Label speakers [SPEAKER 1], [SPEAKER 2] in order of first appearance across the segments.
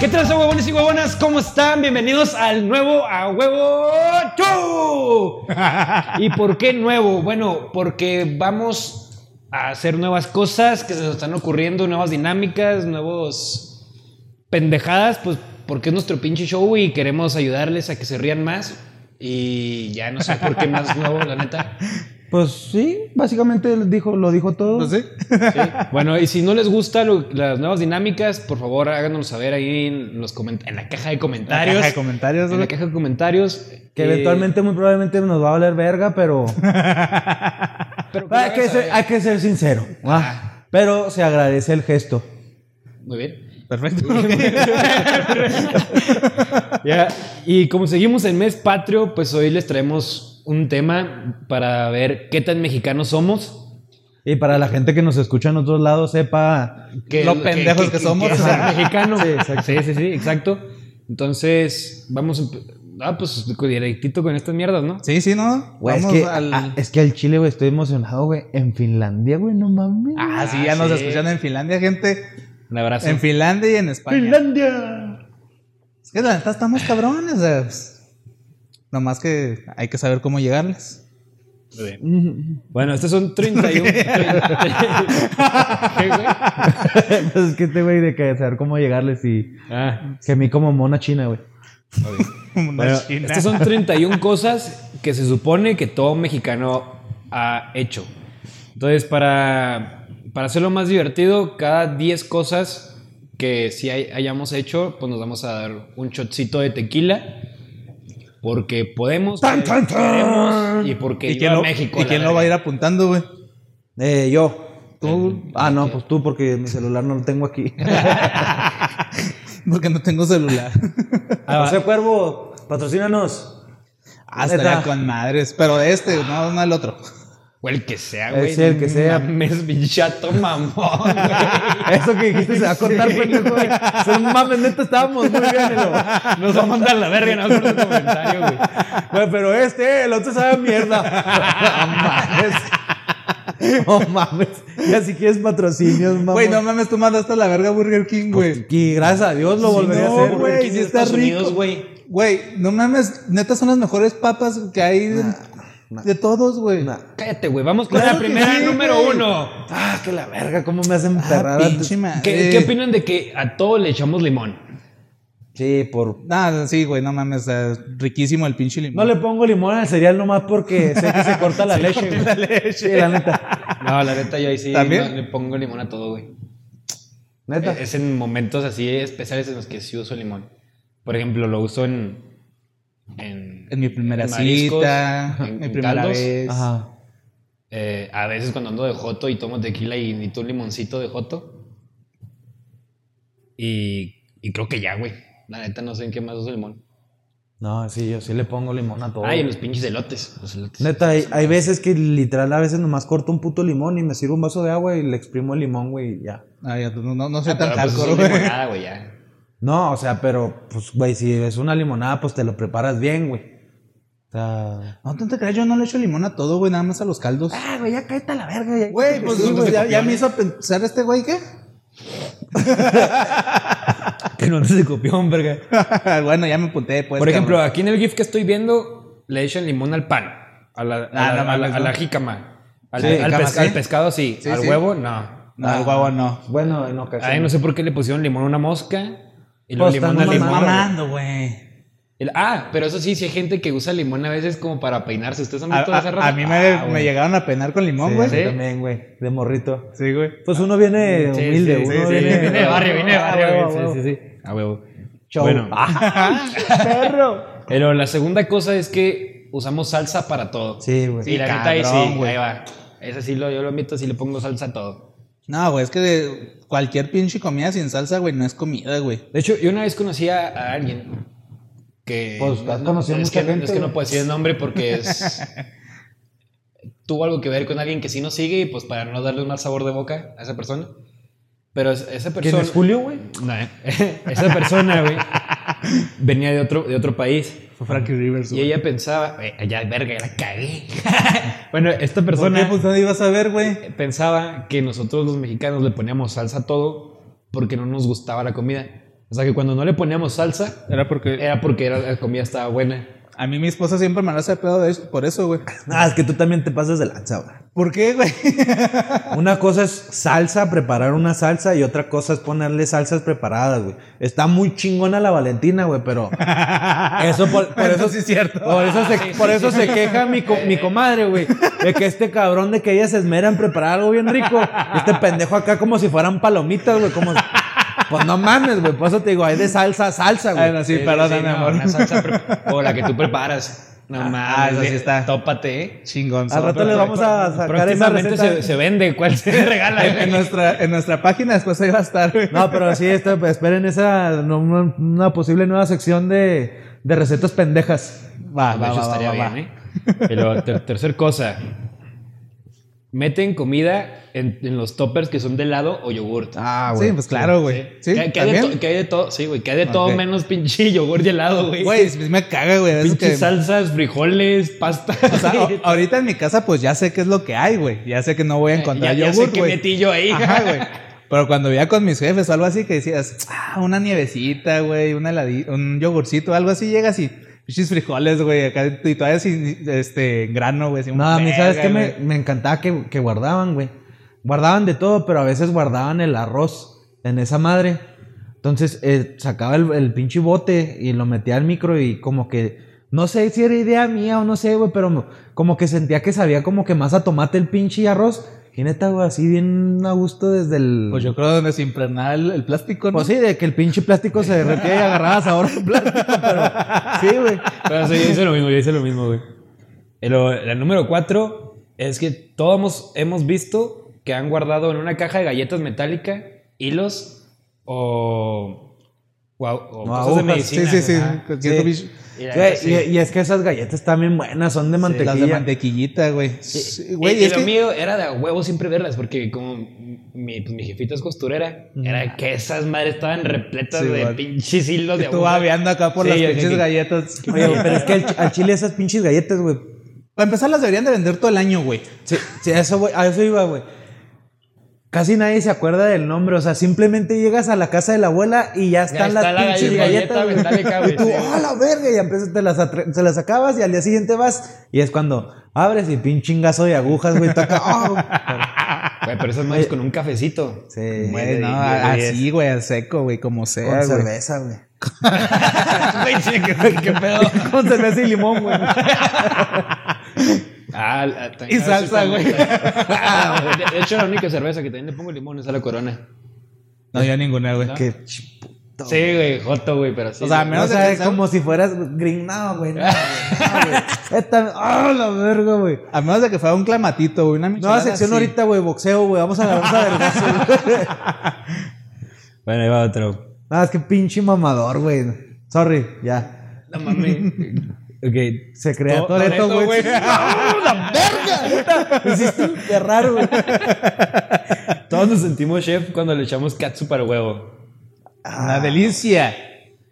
[SPEAKER 1] ¿Qué tal, huevones y huevonas? ¿Cómo están? Bienvenidos al nuevo A Huevo Show. ¿Y por qué nuevo? Bueno, porque vamos a hacer nuevas cosas que se nos están ocurriendo, nuevas dinámicas, nuevos pendejadas, pues porque es nuestro pinche show y queremos ayudarles a que se rían más. Y ya no sé por qué más nuevo, la neta.
[SPEAKER 2] Pues sí, básicamente lo dijo, lo dijo todo.
[SPEAKER 3] No sé.
[SPEAKER 1] Pues Sí. Bueno, y si no les gustan las nuevas dinámicas, por favor háganos saber ahí en, los comen- en la caja de comentarios.
[SPEAKER 3] En la caja de comentarios,
[SPEAKER 1] En la
[SPEAKER 3] güey.
[SPEAKER 1] caja de comentarios.
[SPEAKER 2] Que
[SPEAKER 1] Eh,
[SPEAKER 2] eventualmente, muy probablemente nos va a valer verga, pero.
[SPEAKER 1] eh, pero que
[SPEAKER 3] Ah,
[SPEAKER 2] hay,
[SPEAKER 1] lo hagan
[SPEAKER 2] que ser,
[SPEAKER 1] saber.
[SPEAKER 2] hay que ser sincero. Ah, pero se agradece el gesto.
[SPEAKER 1] Muy bien.
[SPEAKER 3] Perfecto.
[SPEAKER 1] Ya, Y como seguimos en mes patrio, pues hoy les traemos un tema para ver qué tan mexicanos somos.
[SPEAKER 2] Y para la gente que nos escucha en otros lados, sepa.
[SPEAKER 1] Que,
[SPEAKER 3] Lo pendejos que somos.
[SPEAKER 1] es ser mexicano.
[SPEAKER 2] Sí,
[SPEAKER 1] Sí,
[SPEAKER 2] exacto.
[SPEAKER 1] sí, sí, exacto. Entonces, vamos. a empe- Ah, pues directito con estas mierdas, ¿no?
[SPEAKER 3] Sí, sí, ¿no?
[SPEAKER 2] Güey, es,
[SPEAKER 3] Vamos
[SPEAKER 2] que,
[SPEAKER 3] al...
[SPEAKER 2] ah, es que al Chile, güey, estoy emocionado, güey. En Finlandia, güey, no mames.
[SPEAKER 3] Ah, sí, ya
[SPEAKER 1] Ah,
[SPEAKER 3] nos
[SPEAKER 1] sí.
[SPEAKER 3] escuchan en Finlandia, gente.
[SPEAKER 1] Un abrazo.
[SPEAKER 3] En Finlandia y en España.
[SPEAKER 2] ¡Finlandia!
[SPEAKER 3] Es que la neta estamos cabrones. o sea, pues, Nomás que hay que saber cómo llegarles.
[SPEAKER 1] Muy bien. Bueno, estos son 31. ¿Qué, güey?
[SPEAKER 2] pues es que este güey de que saber cómo llegarles y.
[SPEAKER 1] Ah,
[SPEAKER 2] Que a mí como mona china, güey.
[SPEAKER 1] bueno,
[SPEAKER 3] Una china.
[SPEAKER 1] estas son 31 cosas que se supone que todo mexicano ha hecho. Entonces, para, para hacerlo más divertido, cada 10 cosas que si hay- hayamos hecho, pues nos vamos a dar un shotcito de tequila. Porque podemos,
[SPEAKER 2] ¡Tan, tan, tan!
[SPEAKER 1] queremos y porque
[SPEAKER 3] ¿Y
[SPEAKER 1] yo
[SPEAKER 3] quién, lo,
[SPEAKER 1] México.
[SPEAKER 3] ¿y
[SPEAKER 1] la
[SPEAKER 3] quién lo va a ir apuntando, güey?
[SPEAKER 2] Eh, yo. ¿Tú? Ah, no, pues tú, porque mi celular no lo tengo aquí.
[SPEAKER 3] Porque no tengo celular.
[SPEAKER 2] José Cuervo, patrocínanos.
[SPEAKER 3] ah, estaría
[SPEAKER 2] Neta.
[SPEAKER 3] con madres. Pero de este, no, no el otro.
[SPEAKER 1] O el que sea,
[SPEAKER 2] El
[SPEAKER 1] güey.
[SPEAKER 2] sea, el que
[SPEAKER 1] no
[SPEAKER 2] sea.
[SPEAKER 1] Mames, bichato mamón, güey.
[SPEAKER 2] Eso que dijiste se va a cortar, pendejo. Son mames, neta, estábamos muy bien. y lo-
[SPEAKER 1] Nos va a mandar la verga, no por tu comentario, güey.
[SPEAKER 2] Güey, pero este, el otro sabe a mierda. No mames. No mames. Ya si quieres patrocinios, mames.
[SPEAKER 3] Güey, no mames, tú mandaste a la verga Burger King, güey.
[SPEAKER 2] Y gracias a Dios lo volvería
[SPEAKER 3] no,
[SPEAKER 2] a hacer,
[SPEAKER 3] güey,
[SPEAKER 2] güey.
[SPEAKER 3] sí está
[SPEAKER 1] Estados
[SPEAKER 3] rico.
[SPEAKER 1] Unidos, güey.
[SPEAKER 3] Güey, no mames, neta son las mejores papas que hay de,
[SPEAKER 2] nah.
[SPEAKER 3] de todos, güey.
[SPEAKER 1] Cállate, güey. Vamos con
[SPEAKER 3] Claro
[SPEAKER 1] la
[SPEAKER 3] que
[SPEAKER 1] primera
[SPEAKER 3] sí,
[SPEAKER 1] número
[SPEAKER 3] güey.
[SPEAKER 1] uno.
[SPEAKER 2] Ah, que la verga, cómo me hacen
[SPEAKER 3] Ah,
[SPEAKER 2] perrar. a-
[SPEAKER 3] pinche madre.
[SPEAKER 1] ¿Qué, qué opinan de que a todo le echamos limón?
[SPEAKER 2] Sí, por...
[SPEAKER 3] Ah, sí, güey, no mames, eh, riquísimo el pinche
[SPEAKER 2] No
[SPEAKER 3] limón.
[SPEAKER 2] le pongo limón al cereal nomás porque sé que se corta la leche. güey. Sí, la neta.
[SPEAKER 1] No, la neta, yo ahí sí no
[SPEAKER 3] ¿También?
[SPEAKER 1] le pongo limón a todo, güey.
[SPEAKER 2] Neta.
[SPEAKER 1] Eh, Es en momentos así especiales en los que sí uso limón. Por ejemplo, lo uso en. En,
[SPEAKER 3] En mi primera
[SPEAKER 1] mariscos,
[SPEAKER 3] cita,
[SPEAKER 1] en-
[SPEAKER 3] mi
[SPEAKER 1] en
[SPEAKER 3] primera
[SPEAKER 1] caldos.
[SPEAKER 3] vez.
[SPEAKER 2] Ajá.
[SPEAKER 1] Eh, a veces cuando ando de joto y tomo tequila y necesito un limoncito de joto. Y, y creo que ya, güey. La neta no sé en qué más uso limón.
[SPEAKER 2] No, sí, yo sí le pongo limón a
[SPEAKER 3] Oh.
[SPEAKER 2] todo.
[SPEAKER 1] Ay, en los pinches elotes. Los elotes.
[SPEAKER 2] Neta, hay, hay veces que literal a veces nomás corto un puto limón y me sirvo un vaso de agua y le exprimo el limón, güey, y ya.
[SPEAKER 3] Ah, ya, no, no, no soy
[SPEAKER 1] Ah,
[SPEAKER 3] tan
[SPEAKER 1] pero, pues,
[SPEAKER 3] hardcore,
[SPEAKER 1] es
[SPEAKER 3] güey.
[SPEAKER 1] limonada, güey, ya.
[SPEAKER 2] No, o sea, pero, pues, güey, si es una limonada, pues te lo preparas bien, güey. O sea...
[SPEAKER 3] No, tú te creas, yo no le echo limón a todo, güey, nada más a los caldos.
[SPEAKER 2] Ah, güey, ya cállate a la verga. ya-
[SPEAKER 3] Güey, pues,
[SPEAKER 2] Sí,
[SPEAKER 3] pues, ya, ya me hizo pensar este güey, ¿qué?
[SPEAKER 2] Que no se copió, verga.
[SPEAKER 3] bueno, ya me apunté, pues.
[SPEAKER 1] Por ejemplo,
[SPEAKER 3] cabrón.
[SPEAKER 1] aquí en el GIF que estoy viendo, le echan limón al pan. A la, a
[SPEAKER 3] Ah,
[SPEAKER 1] la-
[SPEAKER 3] no
[SPEAKER 1] a la-
[SPEAKER 3] mames,
[SPEAKER 1] a la
[SPEAKER 3] no.
[SPEAKER 1] jícama. Al,
[SPEAKER 3] Sí,
[SPEAKER 1] al
[SPEAKER 3] jícama,
[SPEAKER 1] pes-
[SPEAKER 3] sí.
[SPEAKER 1] al pescado sí.
[SPEAKER 3] Sí,
[SPEAKER 1] al
[SPEAKER 3] sí.
[SPEAKER 1] huevo no.
[SPEAKER 3] No, el huevo no.
[SPEAKER 2] Bueno, en
[SPEAKER 1] Ay, no
[SPEAKER 2] ocasiones.
[SPEAKER 1] sé por qué le pusieron limón a una mosca. Y luego
[SPEAKER 2] Pues,
[SPEAKER 1] limón
[SPEAKER 2] está
[SPEAKER 1] al
[SPEAKER 2] no
[SPEAKER 1] limón.
[SPEAKER 2] mamando.
[SPEAKER 3] Mamando, güey.
[SPEAKER 1] El- ah, pero eso sí, sí hay gente que usa limón a veces como para peinarse. ¿Ustedes han
[SPEAKER 3] A,
[SPEAKER 1] visto esa
[SPEAKER 3] a-
[SPEAKER 1] raza?
[SPEAKER 3] a mí me,
[SPEAKER 1] Ah,
[SPEAKER 3] me
[SPEAKER 1] güey.
[SPEAKER 3] llegaron a penar con limón,
[SPEAKER 2] Sí,
[SPEAKER 3] güey.
[SPEAKER 2] a mí también, güey, de morrito.
[SPEAKER 3] Sí, güey.
[SPEAKER 2] Pues uno viene
[SPEAKER 1] Sí,
[SPEAKER 2] humilde,
[SPEAKER 1] sí,
[SPEAKER 2] uno
[SPEAKER 1] sí, sí.
[SPEAKER 2] viene...
[SPEAKER 1] Vine de barrio, vine de barrio,
[SPEAKER 2] Ah,
[SPEAKER 1] güey.
[SPEAKER 2] huevo, huevo.
[SPEAKER 1] Sí, sí, sí. A huevo.
[SPEAKER 2] Show.
[SPEAKER 1] Bueno,
[SPEAKER 2] Ah, perro.
[SPEAKER 1] pero la segunda cosa es que usamos salsa para todo.
[SPEAKER 2] Sí, güey.
[SPEAKER 1] Sí, la neta
[SPEAKER 3] cabrón,
[SPEAKER 1] ahí sí,
[SPEAKER 3] güey.
[SPEAKER 1] ahí va. Ese sí lo, yo lo admito, sí le pongo salsa a todo.
[SPEAKER 3] No, güey, es que de cualquier pinche comida sin salsa, güey, no es comida, güey.
[SPEAKER 1] De hecho, yo una vez conocí a, a alguien que...
[SPEAKER 2] Pues, has conocido
[SPEAKER 1] es
[SPEAKER 2] mucha
[SPEAKER 1] que,
[SPEAKER 2] gente,
[SPEAKER 1] Es que no
[SPEAKER 2] güey.
[SPEAKER 1] puedo decir el nombre porque es... tuvo algo que ver con alguien que sí nos sigue y pues para no darle un mal sabor de boca a esa persona. Pero es- esa
[SPEAKER 3] Pues
[SPEAKER 1] persona...
[SPEAKER 2] ¿Quién es Julio, güey?
[SPEAKER 1] No, eh. esa persona, güey, venía de otro, de otro país.
[SPEAKER 3] Fue Frankie Rivers,
[SPEAKER 1] Y ella pensaba, eh, ya verga, ya la cagué. bueno, esta persona...
[SPEAKER 3] ¿Por qué? Pues no ibas a ver, güey.
[SPEAKER 1] pensaba que nosotros los mexicanos le poníamos salsa a todo porque no nos gustaba la comida. O sea que cuando no le poníamos salsa,
[SPEAKER 3] Era porque
[SPEAKER 1] era porque era- la comida estaba buena.
[SPEAKER 3] a mí mi esposa siempre me hace pedo de eso, por eso, güey.
[SPEAKER 2] Ah, es que tú también te pasas de lanza, güey.
[SPEAKER 3] ¿Por qué, güey?
[SPEAKER 2] Una cosa es salsa, preparar una salsa y otra cosa es ponerle salsas preparadas, güey. Está muy chingona la Valentina, güey, pero eso por, por eso
[SPEAKER 3] sí es cierto.
[SPEAKER 2] Por eso
[SPEAKER 3] Ah,
[SPEAKER 2] se, por eso se queja mi, co- mi comadre, güey, de que este cabrón de que ella se esmera en preparar algo bien rico. y Este pendejo acá como si fueran palomitas, güey, como pues no mames, güey, por eso te digo, hay de salsa a salsa, güey.
[SPEAKER 3] Bueno, sí,
[SPEAKER 1] Eh,
[SPEAKER 3] perdóname,
[SPEAKER 1] no,
[SPEAKER 3] amor.
[SPEAKER 1] una salsa pre- o la que tú preparas. No
[SPEAKER 2] Ah,
[SPEAKER 1] mames,
[SPEAKER 3] esa sí
[SPEAKER 1] eh,
[SPEAKER 3] está.
[SPEAKER 1] Tópate, eh.
[SPEAKER 3] Chingón.
[SPEAKER 2] Al rato le vamos a sacar esa
[SPEAKER 1] Próximamente
[SPEAKER 2] receta.
[SPEAKER 1] se, se vende, ¿cuál se regala?
[SPEAKER 3] En, en nuestra, en nuestra página después ahí va a estar, güey.
[SPEAKER 2] No, pero sí, esto, pues, esperen esa no- no- una posible nueva sección de, de recetas pendejas. Va,
[SPEAKER 1] Ah, de
[SPEAKER 2] va,
[SPEAKER 1] hecho,
[SPEAKER 2] va,
[SPEAKER 1] estaría
[SPEAKER 2] va, va,
[SPEAKER 1] bien, ¿eh? Pero ter- tercer cosa. Meten comida en, en los toppers que son de helado o yogurt.
[SPEAKER 2] Ah, güey.
[SPEAKER 3] sí, pues claro, güey. Sí,
[SPEAKER 1] que, que hay de
[SPEAKER 3] también.
[SPEAKER 1] to- que hay de todo, sí, güey. Que hay de todo
[SPEAKER 3] Ok.
[SPEAKER 1] menos pinche yogurt y helado, güey.
[SPEAKER 3] Güey, sí me caga, güey. a veces
[SPEAKER 1] Pinches
[SPEAKER 3] que-
[SPEAKER 1] salsas, frijoles, pasta.
[SPEAKER 3] O sea, a- ahorita en mi casa, pues ya sé qué es lo que hay, güey. Ya sé que no voy a encontrar
[SPEAKER 1] ya, ya sé
[SPEAKER 3] yogur,
[SPEAKER 1] que
[SPEAKER 3] güey.
[SPEAKER 1] metí yo ahí.
[SPEAKER 3] Ajá, güey. Pero cuando veía con mis jefes o algo así que decías, ah, una nievecita, güey, una heladi- un yogurcito, algo así, llegas y pinches frijoles, güey, acá y todavía sin este grano, güey. sin
[SPEAKER 2] No, a mí,
[SPEAKER 3] verga,
[SPEAKER 2] ¿sabes qué? Me,
[SPEAKER 3] güey.
[SPEAKER 2] me encantaba que, que guardaban, güey. Guardaban de todo, pero a veces guardaban el arroz en esa madre. Entonces eh, sacaba el, el pinche bote y lo metía al micro y como que... No sé si era idea mía o no sé, güey, pero como que sentía que sabía como que más a tomate el pinche arroz. Y neta, güey, así bien a gusto desde el...
[SPEAKER 3] Pues yo creo donde se impregnaba el, el plástico, ¿no?
[SPEAKER 2] Pues sí, de que el pinche plástico se derretía y agarrabas ahora el plástico, pero sí, güey.
[SPEAKER 1] Pero sí, yo hice lo mismo, yo hice lo mismo, güey. Pero la número cuatro es que todos hemos, hemos visto que han guardado en una caja de galletas metálica hilos o, o, a- o
[SPEAKER 2] No,
[SPEAKER 1] cosas de
[SPEAKER 2] agujas.
[SPEAKER 1] medicina.
[SPEAKER 3] sí, sí, sí.
[SPEAKER 1] ajá.
[SPEAKER 3] cualquier
[SPEAKER 2] Sí.
[SPEAKER 3] bicho.
[SPEAKER 1] Y la
[SPEAKER 2] Güey,
[SPEAKER 1] neta, sí.
[SPEAKER 2] y, y es que esas galletas están bien buenas, son de mantequilla.
[SPEAKER 3] Las de mantequillita, güey. Sí, güey,
[SPEAKER 1] Y- y
[SPEAKER 3] es
[SPEAKER 1] lo
[SPEAKER 3] que-
[SPEAKER 1] mío Eh, era de a huevo siempre verlas, porque como mi, pues, mi jefita es costurera, era que esas madres estaban repletas
[SPEAKER 3] Sí,
[SPEAKER 1] de
[SPEAKER 3] güey.
[SPEAKER 1] pinches hilos de
[SPEAKER 3] Tú
[SPEAKER 1] aguja.
[SPEAKER 3] babeando acá por
[SPEAKER 1] Sí,
[SPEAKER 3] las
[SPEAKER 1] yo
[SPEAKER 3] pinches
[SPEAKER 1] dije que-
[SPEAKER 3] galletas.
[SPEAKER 2] Oye, güey, pero es que al, ch- al chile esas pinches galletas, güey.
[SPEAKER 3] Para empezar, las deberían de vender todo el año, güey.
[SPEAKER 2] Sí, sí, a eso, güey, a eso iba, güey. Casi nadie se acuerda del nombre, o sea, simplemente llegas a la casa de la abuela y ya
[SPEAKER 1] Ya
[SPEAKER 2] están
[SPEAKER 1] está
[SPEAKER 2] las
[SPEAKER 1] la
[SPEAKER 2] pinches
[SPEAKER 1] galleta
[SPEAKER 2] galletas. güey.
[SPEAKER 1] metálica, güey,
[SPEAKER 2] y tú,
[SPEAKER 1] sí,
[SPEAKER 2] ¡oh, la verga! Y empiezas, te las, atre- te las sacabas y al día siguiente vas y es cuando abres y pinchingazo de agujas, güey, toca. oh,
[SPEAKER 1] Güey, pero esas madres con un cafecito.
[SPEAKER 2] Sí,
[SPEAKER 1] Como es
[SPEAKER 3] Güey,
[SPEAKER 1] de-
[SPEAKER 3] no,
[SPEAKER 1] de- de diez.
[SPEAKER 3] así, güey, al seco, güey, como sea,
[SPEAKER 2] Con
[SPEAKER 3] güey.
[SPEAKER 2] cerveza, güey.
[SPEAKER 1] Güey, sí, qué- qué pedo.
[SPEAKER 2] Con cerveza y limón, güey.
[SPEAKER 1] Ah, la- también
[SPEAKER 3] Y
[SPEAKER 1] a veces
[SPEAKER 3] salsa,
[SPEAKER 1] también-
[SPEAKER 3] güey.
[SPEAKER 1] Ah, de, de hecho, la única cerveza que también le pongo limón es a la corona.
[SPEAKER 3] No, yo ninguna, güey.
[SPEAKER 2] Qué ch-
[SPEAKER 1] Sí, güey, joto, güey, pero sí.
[SPEAKER 3] O sea,
[SPEAKER 1] güey.
[SPEAKER 3] me- menos
[SPEAKER 2] o sea,
[SPEAKER 3] de
[SPEAKER 2] es
[SPEAKER 3] pensar-
[SPEAKER 2] como si fueras green no, güey. No, güey, no, güey. Esta, ah, la verga, güey.
[SPEAKER 3] A menos de que fuera un clamatito, güey, una michelada
[SPEAKER 2] Nueva sección
[SPEAKER 3] así.
[SPEAKER 2] ahorita, güey, boxeo, güey. Vamos a agarrar a vergazo, güey.
[SPEAKER 1] Bueno, ahí va otro.
[SPEAKER 2] Nada, es que pinche mamador, güey. Sorry, ya.
[SPEAKER 1] No mames. ok.
[SPEAKER 2] Se crea
[SPEAKER 1] To-
[SPEAKER 2] Toreto,
[SPEAKER 1] Toretto,
[SPEAKER 2] güey.
[SPEAKER 1] güey.
[SPEAKER 2] ¡Ah, la verga! Hiciste un qué raro, güey.
[SPEAKER 1] Todos nos sentimos chef cuando le echamos katsu para huevo.
[SPEAKER 3] Ah, Una delicia.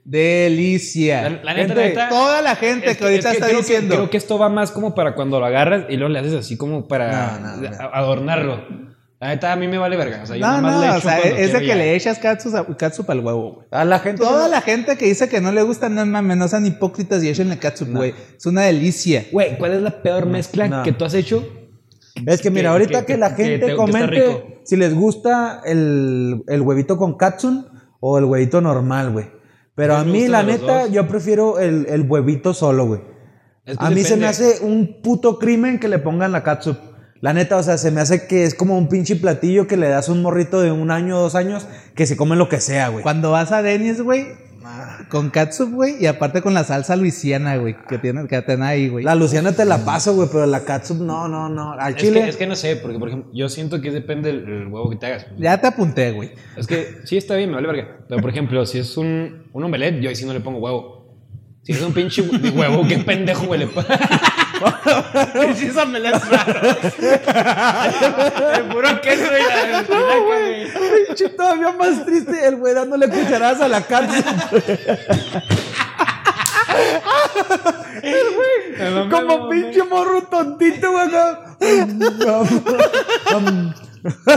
[SPEAKER 3] Delicia.
[SPEAKER 1] La, la neta,
[SPEAKER 3] Gente,
[SPEAKER 1] la neta,
[SPEAKER 3] Toda la gente
[SPEAKER 1] es
[SPEAKER 3] que, ahorita
[SPEAKER 1] es
[SPEAKER 3] está
[SPEAKER 1] creo que-
[SPEAKER 3] diciendo.
[SPEAKER 1] creo que esto va más como para cuando lo agarras y luego le haces así como para
[SPEAKER 2] No, no, no.
[SPEAKER 1] a- adornarlo. La neta, a mí me vale verga. O sea, yo
[SPEAKER 3] no,
[SPEAKER 1] nomás le
[SPEAKER 3] no,
[SPEAKER 1] echo
[SPEAKER 3] o sea,
[SPEAKER 1] cuando
[SPEAKER 3] es de
[SPEAKER 1] quiero
[SPEAKER 3] que
[SPEAKER 1] ya.
[SPEAKER 3] le echas katsu, para el huevo, güey.
[SPEAKER 2] A la gente.
[SPEAKER 3] Toda la gente que dice que no le gusta, no mames, no sean hipócritas y échenle katsu, güey. Es una delicia.
[SPEAKER 1] Güey, ¿cuál es la peor mezcla
[SPEAKER 2] No.
[SPEAKER 1] que tú has hecho?
[SPEAKER 2] Es que mira,
[SPEAKER 1] que-
[SPEAKER 2] ahorita
[SPEAKER 1] que-
[SPEAKER 2] que,
[SPEAKER 1] que-
[SPEAKER 2] la
[SPEAKER 1] que te-
[SPEAKER 2] gente
[SPEAKER 1] que está rico.
[SPEAKER 2] comente si les gusta el, el huevito con katsun o el huevito normal, güey. Pero
[SPEAKER 1] A
[SPEAKER 2] a
[SPEAKER 1] mí me
[SPEAKER 2] mí,
[SPEAKER 1] gustan
[SPEAKER 2] la
[SPEAKER 1] de los
[SPEAKER 2] neta,
[SPEAKER 1] dos.
[SPEAKER 2] yo prefiero el, el huevito solo, güey.
[SPEAKER 1] Es que
[SPEAKER 2] a mí se
[SPEAKER 1] depende.
[SPEAKER 2] me hace un puto crimen que le pongan la katsup. La neta, o sea, se me hace que es como un pinche platillo que le das a un morrito de un año o dos años que se come lo que sea, güey.
[SPEAKER 3] Cuando vas a Denny's, güey, con katsu, güey, y aparte con la salsa luisiana, güey, que tienen, que tienen ahí, güey.
[SPEAKER 2] La Luciana te la paso, güey, pero la katsup, no, no, no. Al
[SPEAKER 1] Es
[SPEAKER 2] chile.
[SPEAKER 1] que, es que no sé, porque por ejemplo, yo siento que depende del del huevo que te hagas.
[SPEAKER 3] Ya te apunté, güey.
[SPEAKER 1] Es que sí está bien, me vale verga. Pero por ejemplo, si es un, un omelette, yo ahí sí no le pongo huevo. Si es un pinche hue- de huevo, qué pendejo güey, le pongo. puro queso y la
[SPEAKER 2] Pinche, todavía más triste el güey dándole cucharadas a la cárcel. Como pinche morro tontito, güey. acá. Am,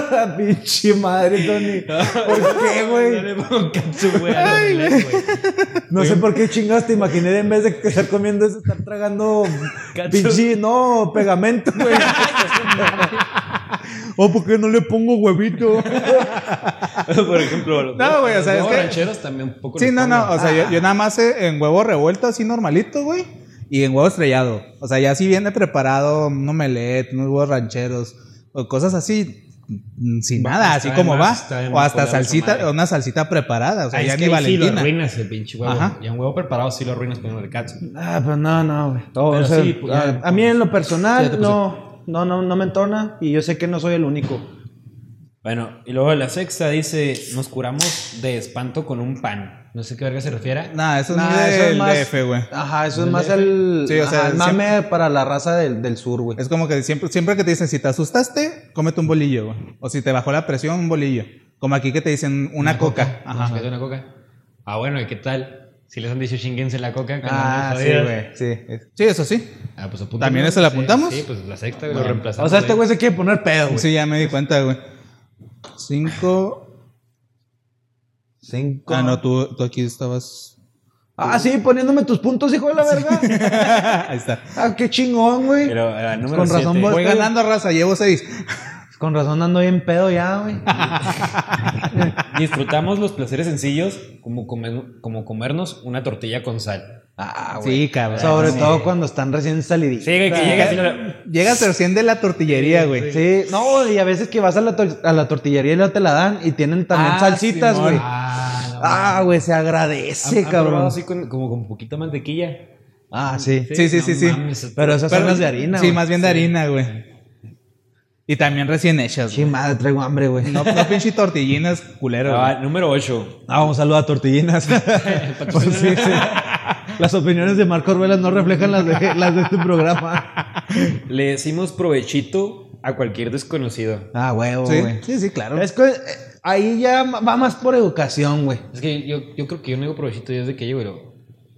[SPEAKER 2] am, Pinche madre, Tony. ¿Por qué,
[SPEAKER 1] No
[SPEAKER 2] güey?
[SPEAKER 1] le pongo ketchup, güey. a los relés, güey.
[SPEAKER 2] No sé por qué chingados te imaginé de en vez de estar comiendo eso, estar tragando
[SPEAKER 1] Ketchup.
[SPEAKER 2] pinche, no, pegamento, güey. Oh, ¿por qué no le pongo huevito?
[SPEAKER 1] Por ejemplo, los,
[SPEAKER 3] No, güey, o sea,
[SPEAKER 1] los
[SPEAKER 3] es
[SPEAKER 1] huevos
[SPEAKER 3] que-
[SPEAKER 1] rancheros también un poco.
[SPEAKER 3] Sí,
[SPEAKER 1] le
[SPEAKER 3] no, no.
[SPEAKER 1] ponen.
[SPEAKER 3] O sea, yo, yo nada más eh, en huevo revuelto, así normalito, güey. Y en huevo estrellado. O sea, ya si viene preparado un omelette, unos huevos rancheros, o cosas así, mm, sin
[SPEAKER 1] Va,
[SPEAKER 3] nada,
[SPEAKER 1] está
[SPEAKER 3] así como
[SPEAKER 1] de
[SPEAKER 3] va.
[SPEAKER 1] más, está de
[SPEAKER 3] O
[SPEAKER 1] más
[SPEAKER 3] hasta
[SPEAKER 1] poderosa madre.
[SPEAKER 3] salsita, una salsita preparada. O sea,
[SPEAKER 1] Ah,
[SPEAKER 3] ya
[SPEAKER 1] es
[SPEAKER 3] ni
[SPEAKER 1] que ahí sí lo
[SPEAKER 3] valentina.
[SPEAKER 1] arruinas el pinche huevo.
[SPEAKER 3] Ajá.
[SPEAKER 1] Y a un huevo preparado sí lo arruinas poniéndole ketchup.
[SPEAKER 2] Ah, pues no, no, güey. No,
[SPEAKER 1] Pero
[SPEAKER 2] o sea,
[SPEAKER 1] sí, pues, ya.
[SPEAKER 2] a, a mí en lo
[SPEAKER 1] Ya te
[SPEAKER 2] personal,
[SPEAKER 1] puse.
[SPEAKER 2] no, no, no, no me entona y yo sé que no soy el único.
[SPEAKER 1] Bueno, y luego la sexta dice: Nos curamos de espanto con un pan. No sé qué verga se refiere.
[SPEAKER 3] Nah, eso es
[SPEAKER 2] Nah,
[SPEAKER 3] muy
[SPEAKER 2] eso
[SPEAKER 3] del
[SPEAKER 2] es más-
[SPEAKER 3] DF, güey.
[SPEAKER 2] Ajá, eso es más el,
[SPEAKER 3] Sí, o sea,
[SPEAKER 2] ajá, el mame para la raza del, del sur, güey.
[SPEAKER 3] Es como que siempre, siempre que te dicen, si te asustaste, cómete un bolillo, güey. O si te bajó la presión, un bolillo. Como aquí que te dicen una, coca.
[SPEAKER 1] Ajá.
[SPEAKER 3] Ajá.
[SPEAKER 1] una coca. Ah, bueno, ¿y qué tal? Si les han dicho chinguense la coca. cuando
[SPEAKER 2] Ah,
[SPEAKER 1] andan
[SPEAKER 2] sí,
[SPEAKER 1] jodidas.
[SPEAKER 2] güey. Sí.
[SPEAKER 3] Sí, eso sí.
[SPEAKER 1] Ah, pues apúntalo.
[SPEAKER 3] ¿También eso lo
[SPEAKER 1] Sí,
[SPEAKER 3] apuntamos?
[SPEAKER 1] Sí, pues la sexta, güey, lo reemplazamos.
[SPEAKER 2] O sea, este
[SPEAKER 1] ahí.
[SPEAKER 2] güey se quiere poner pedo, güey.
[SPEAKER 3] Sí, ya me di cuenta, güey. Cinco.
[SPEAKER 2] Cinco.
[SPEAKER 3] Ah, no, tú, tú aquí estabas.
[SPEAKER 2] Ah, sí, poniéndome tus puntos, hijo de la verga.
[SPEAKER 3] Ahí está.
[SPEAKER 2] ah, qué chingón, güey.
[SPEAKER 1] Pero, ah, número
[SPEAKER 2] Con razón,
[SPEAKER 1] siete.
[SPEAKER 2] voy-
[SPEAKER 3] Voy ganando raza, llevo seis.
[SPEAKER 2] Con razón ando bien pedo ya, güey.
[SPEAKER 1] Disfrutamos los placeres sencillos como, comer- como comernos una tortilla con sal.
[SPEAKER 2] Ah,
[SPEAKER 3] Sí, cabrón.
[SPEAKER 2] Sobre todo cuando están recién saliditos.
[SPEAKER 1] Sí, güey, que llega así. la-
[SPEAKER 3] Llegas recién de la tortillería, güey.
[SPEAKER 2] Sí, no, y a veces que vas a la, tor- a la tortillería y luego te la dan y tienen también
[SPEAKER 3] Ah,
[SPEAKER 2] salsitas,
[SPEAKER 3] Simón.
[SPEAKER 2] güey.
[SPEAKER 1] Ah, no,
[SPEAKER 2] Ah, güey, se
[SPEAKER 1] ¿Han-
[SPEAKER 2] agradece,
[SPEAKER 1] han probado
[SPEAKER 2] cabrón.
[SPEAKER 1] así con- como con poquita mantequilla.
[SPEAKER 2] Ah, sí.
[SPEAKER 3] Sí, sí, sí, sí.
[SPEAKER 2] Pero esas son las de harina,
[SPEAKER 3] Sí,
[SPEAKER 2] güey.
[SPEAKER 3] más bien de harina, güey. Y también recién hechas,
[SPEAKER 2] Sí,
[SPEAKER 3] güey.
[SPEAKER 2] madre, traigo hambre, güey.
[SPEAKER 3] No, no pinche tortillinas, culero. güey.
[SPEAKER 1] Ah, número 8.
[SPEAKER 2] Ah, un saludo a tortillinas. Pues sí, sí. Las opiniones de Marco Orbelas no reflejan las de, las de este programa.
[SPEAKER 1] Le decimos provechito a cualquier desconocido.
[SPEAKER 2] Ah, huevo,
[SPEAKER 3] Sí,
[SPEAKER 2] güey.
[SPEAKER 3] sí, sí, claro.
[SPEAKER 2] Es que eh, ahí ya va más por educación, güey.
[SPEAKER 1] Es que yo, yo creo que yo no digo provechito desde que llego, pero.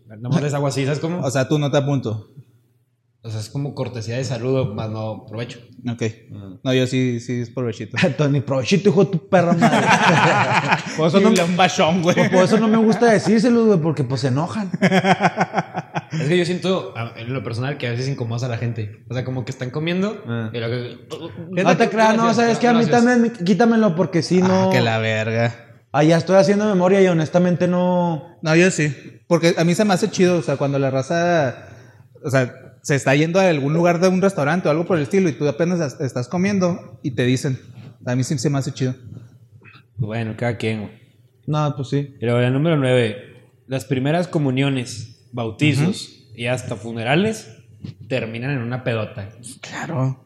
[SPEAKER 1] Nada más les hago así, ¿sabes cómo?
[SPEAKER 3] O sea, tú no te apunto.
[SPEAKER 1] O sea, es como cortesía de saludo, más no provecho.
[SPEAKER 3] Ok.
[SPEAKER 2] Mm.
[SPEAKER 3] No, yo sí, sí es provechito.
[SPEAKER 2] Tony, provechito, hijo de tu perra madre.
[SPEAKER 3] Por
[SPEAKER 2] eso no-
[SPEAKER 3] un bachón, güey.
[SPEAKER 2] Por eso no me gusta decírselos, güey, porque pues se enojan.
[SPEAKER 1] Es que yo siento, a- en lo personal, que a veces incomodas a la gente. O sea, como que están comiendo.
[SPEAKER 2] Ah.
[SPEAKER 1] y luego-
[SPEAKER 2] No te creas, no,
[SPEAKER 1] Gracias,
[SPEAKER 2] sabes que a mí
[SPEAKER 1] gracias.
[SPEAKER 2] también, quítamelo porque si no.
[SPEAKER 3] Ah, que la verga.
[SPEAKER 2] Allá estoy haciendo memoria y honestamente no.
[SPEAKER 3] No, yo sí. Porque a mí se me hace chido, o sea, cuando la raza, o sea, se está yendo a algún lugar de un restaurante o algo por el estilo y tú apenas as- estás comiendo y te dicen. A mí sí se me hace chido.
[SPEAKER 1] Bueno, cada quien, güey.
[SPEAKER 3] Ah,
[SPEAKER 2] No, pues sí.
[SPEAKER 1] Y luego la número 9. Las primeras comuniones, bautizos y hasta funerales terminan en una pedota.
[SPEAKER 3] Claro.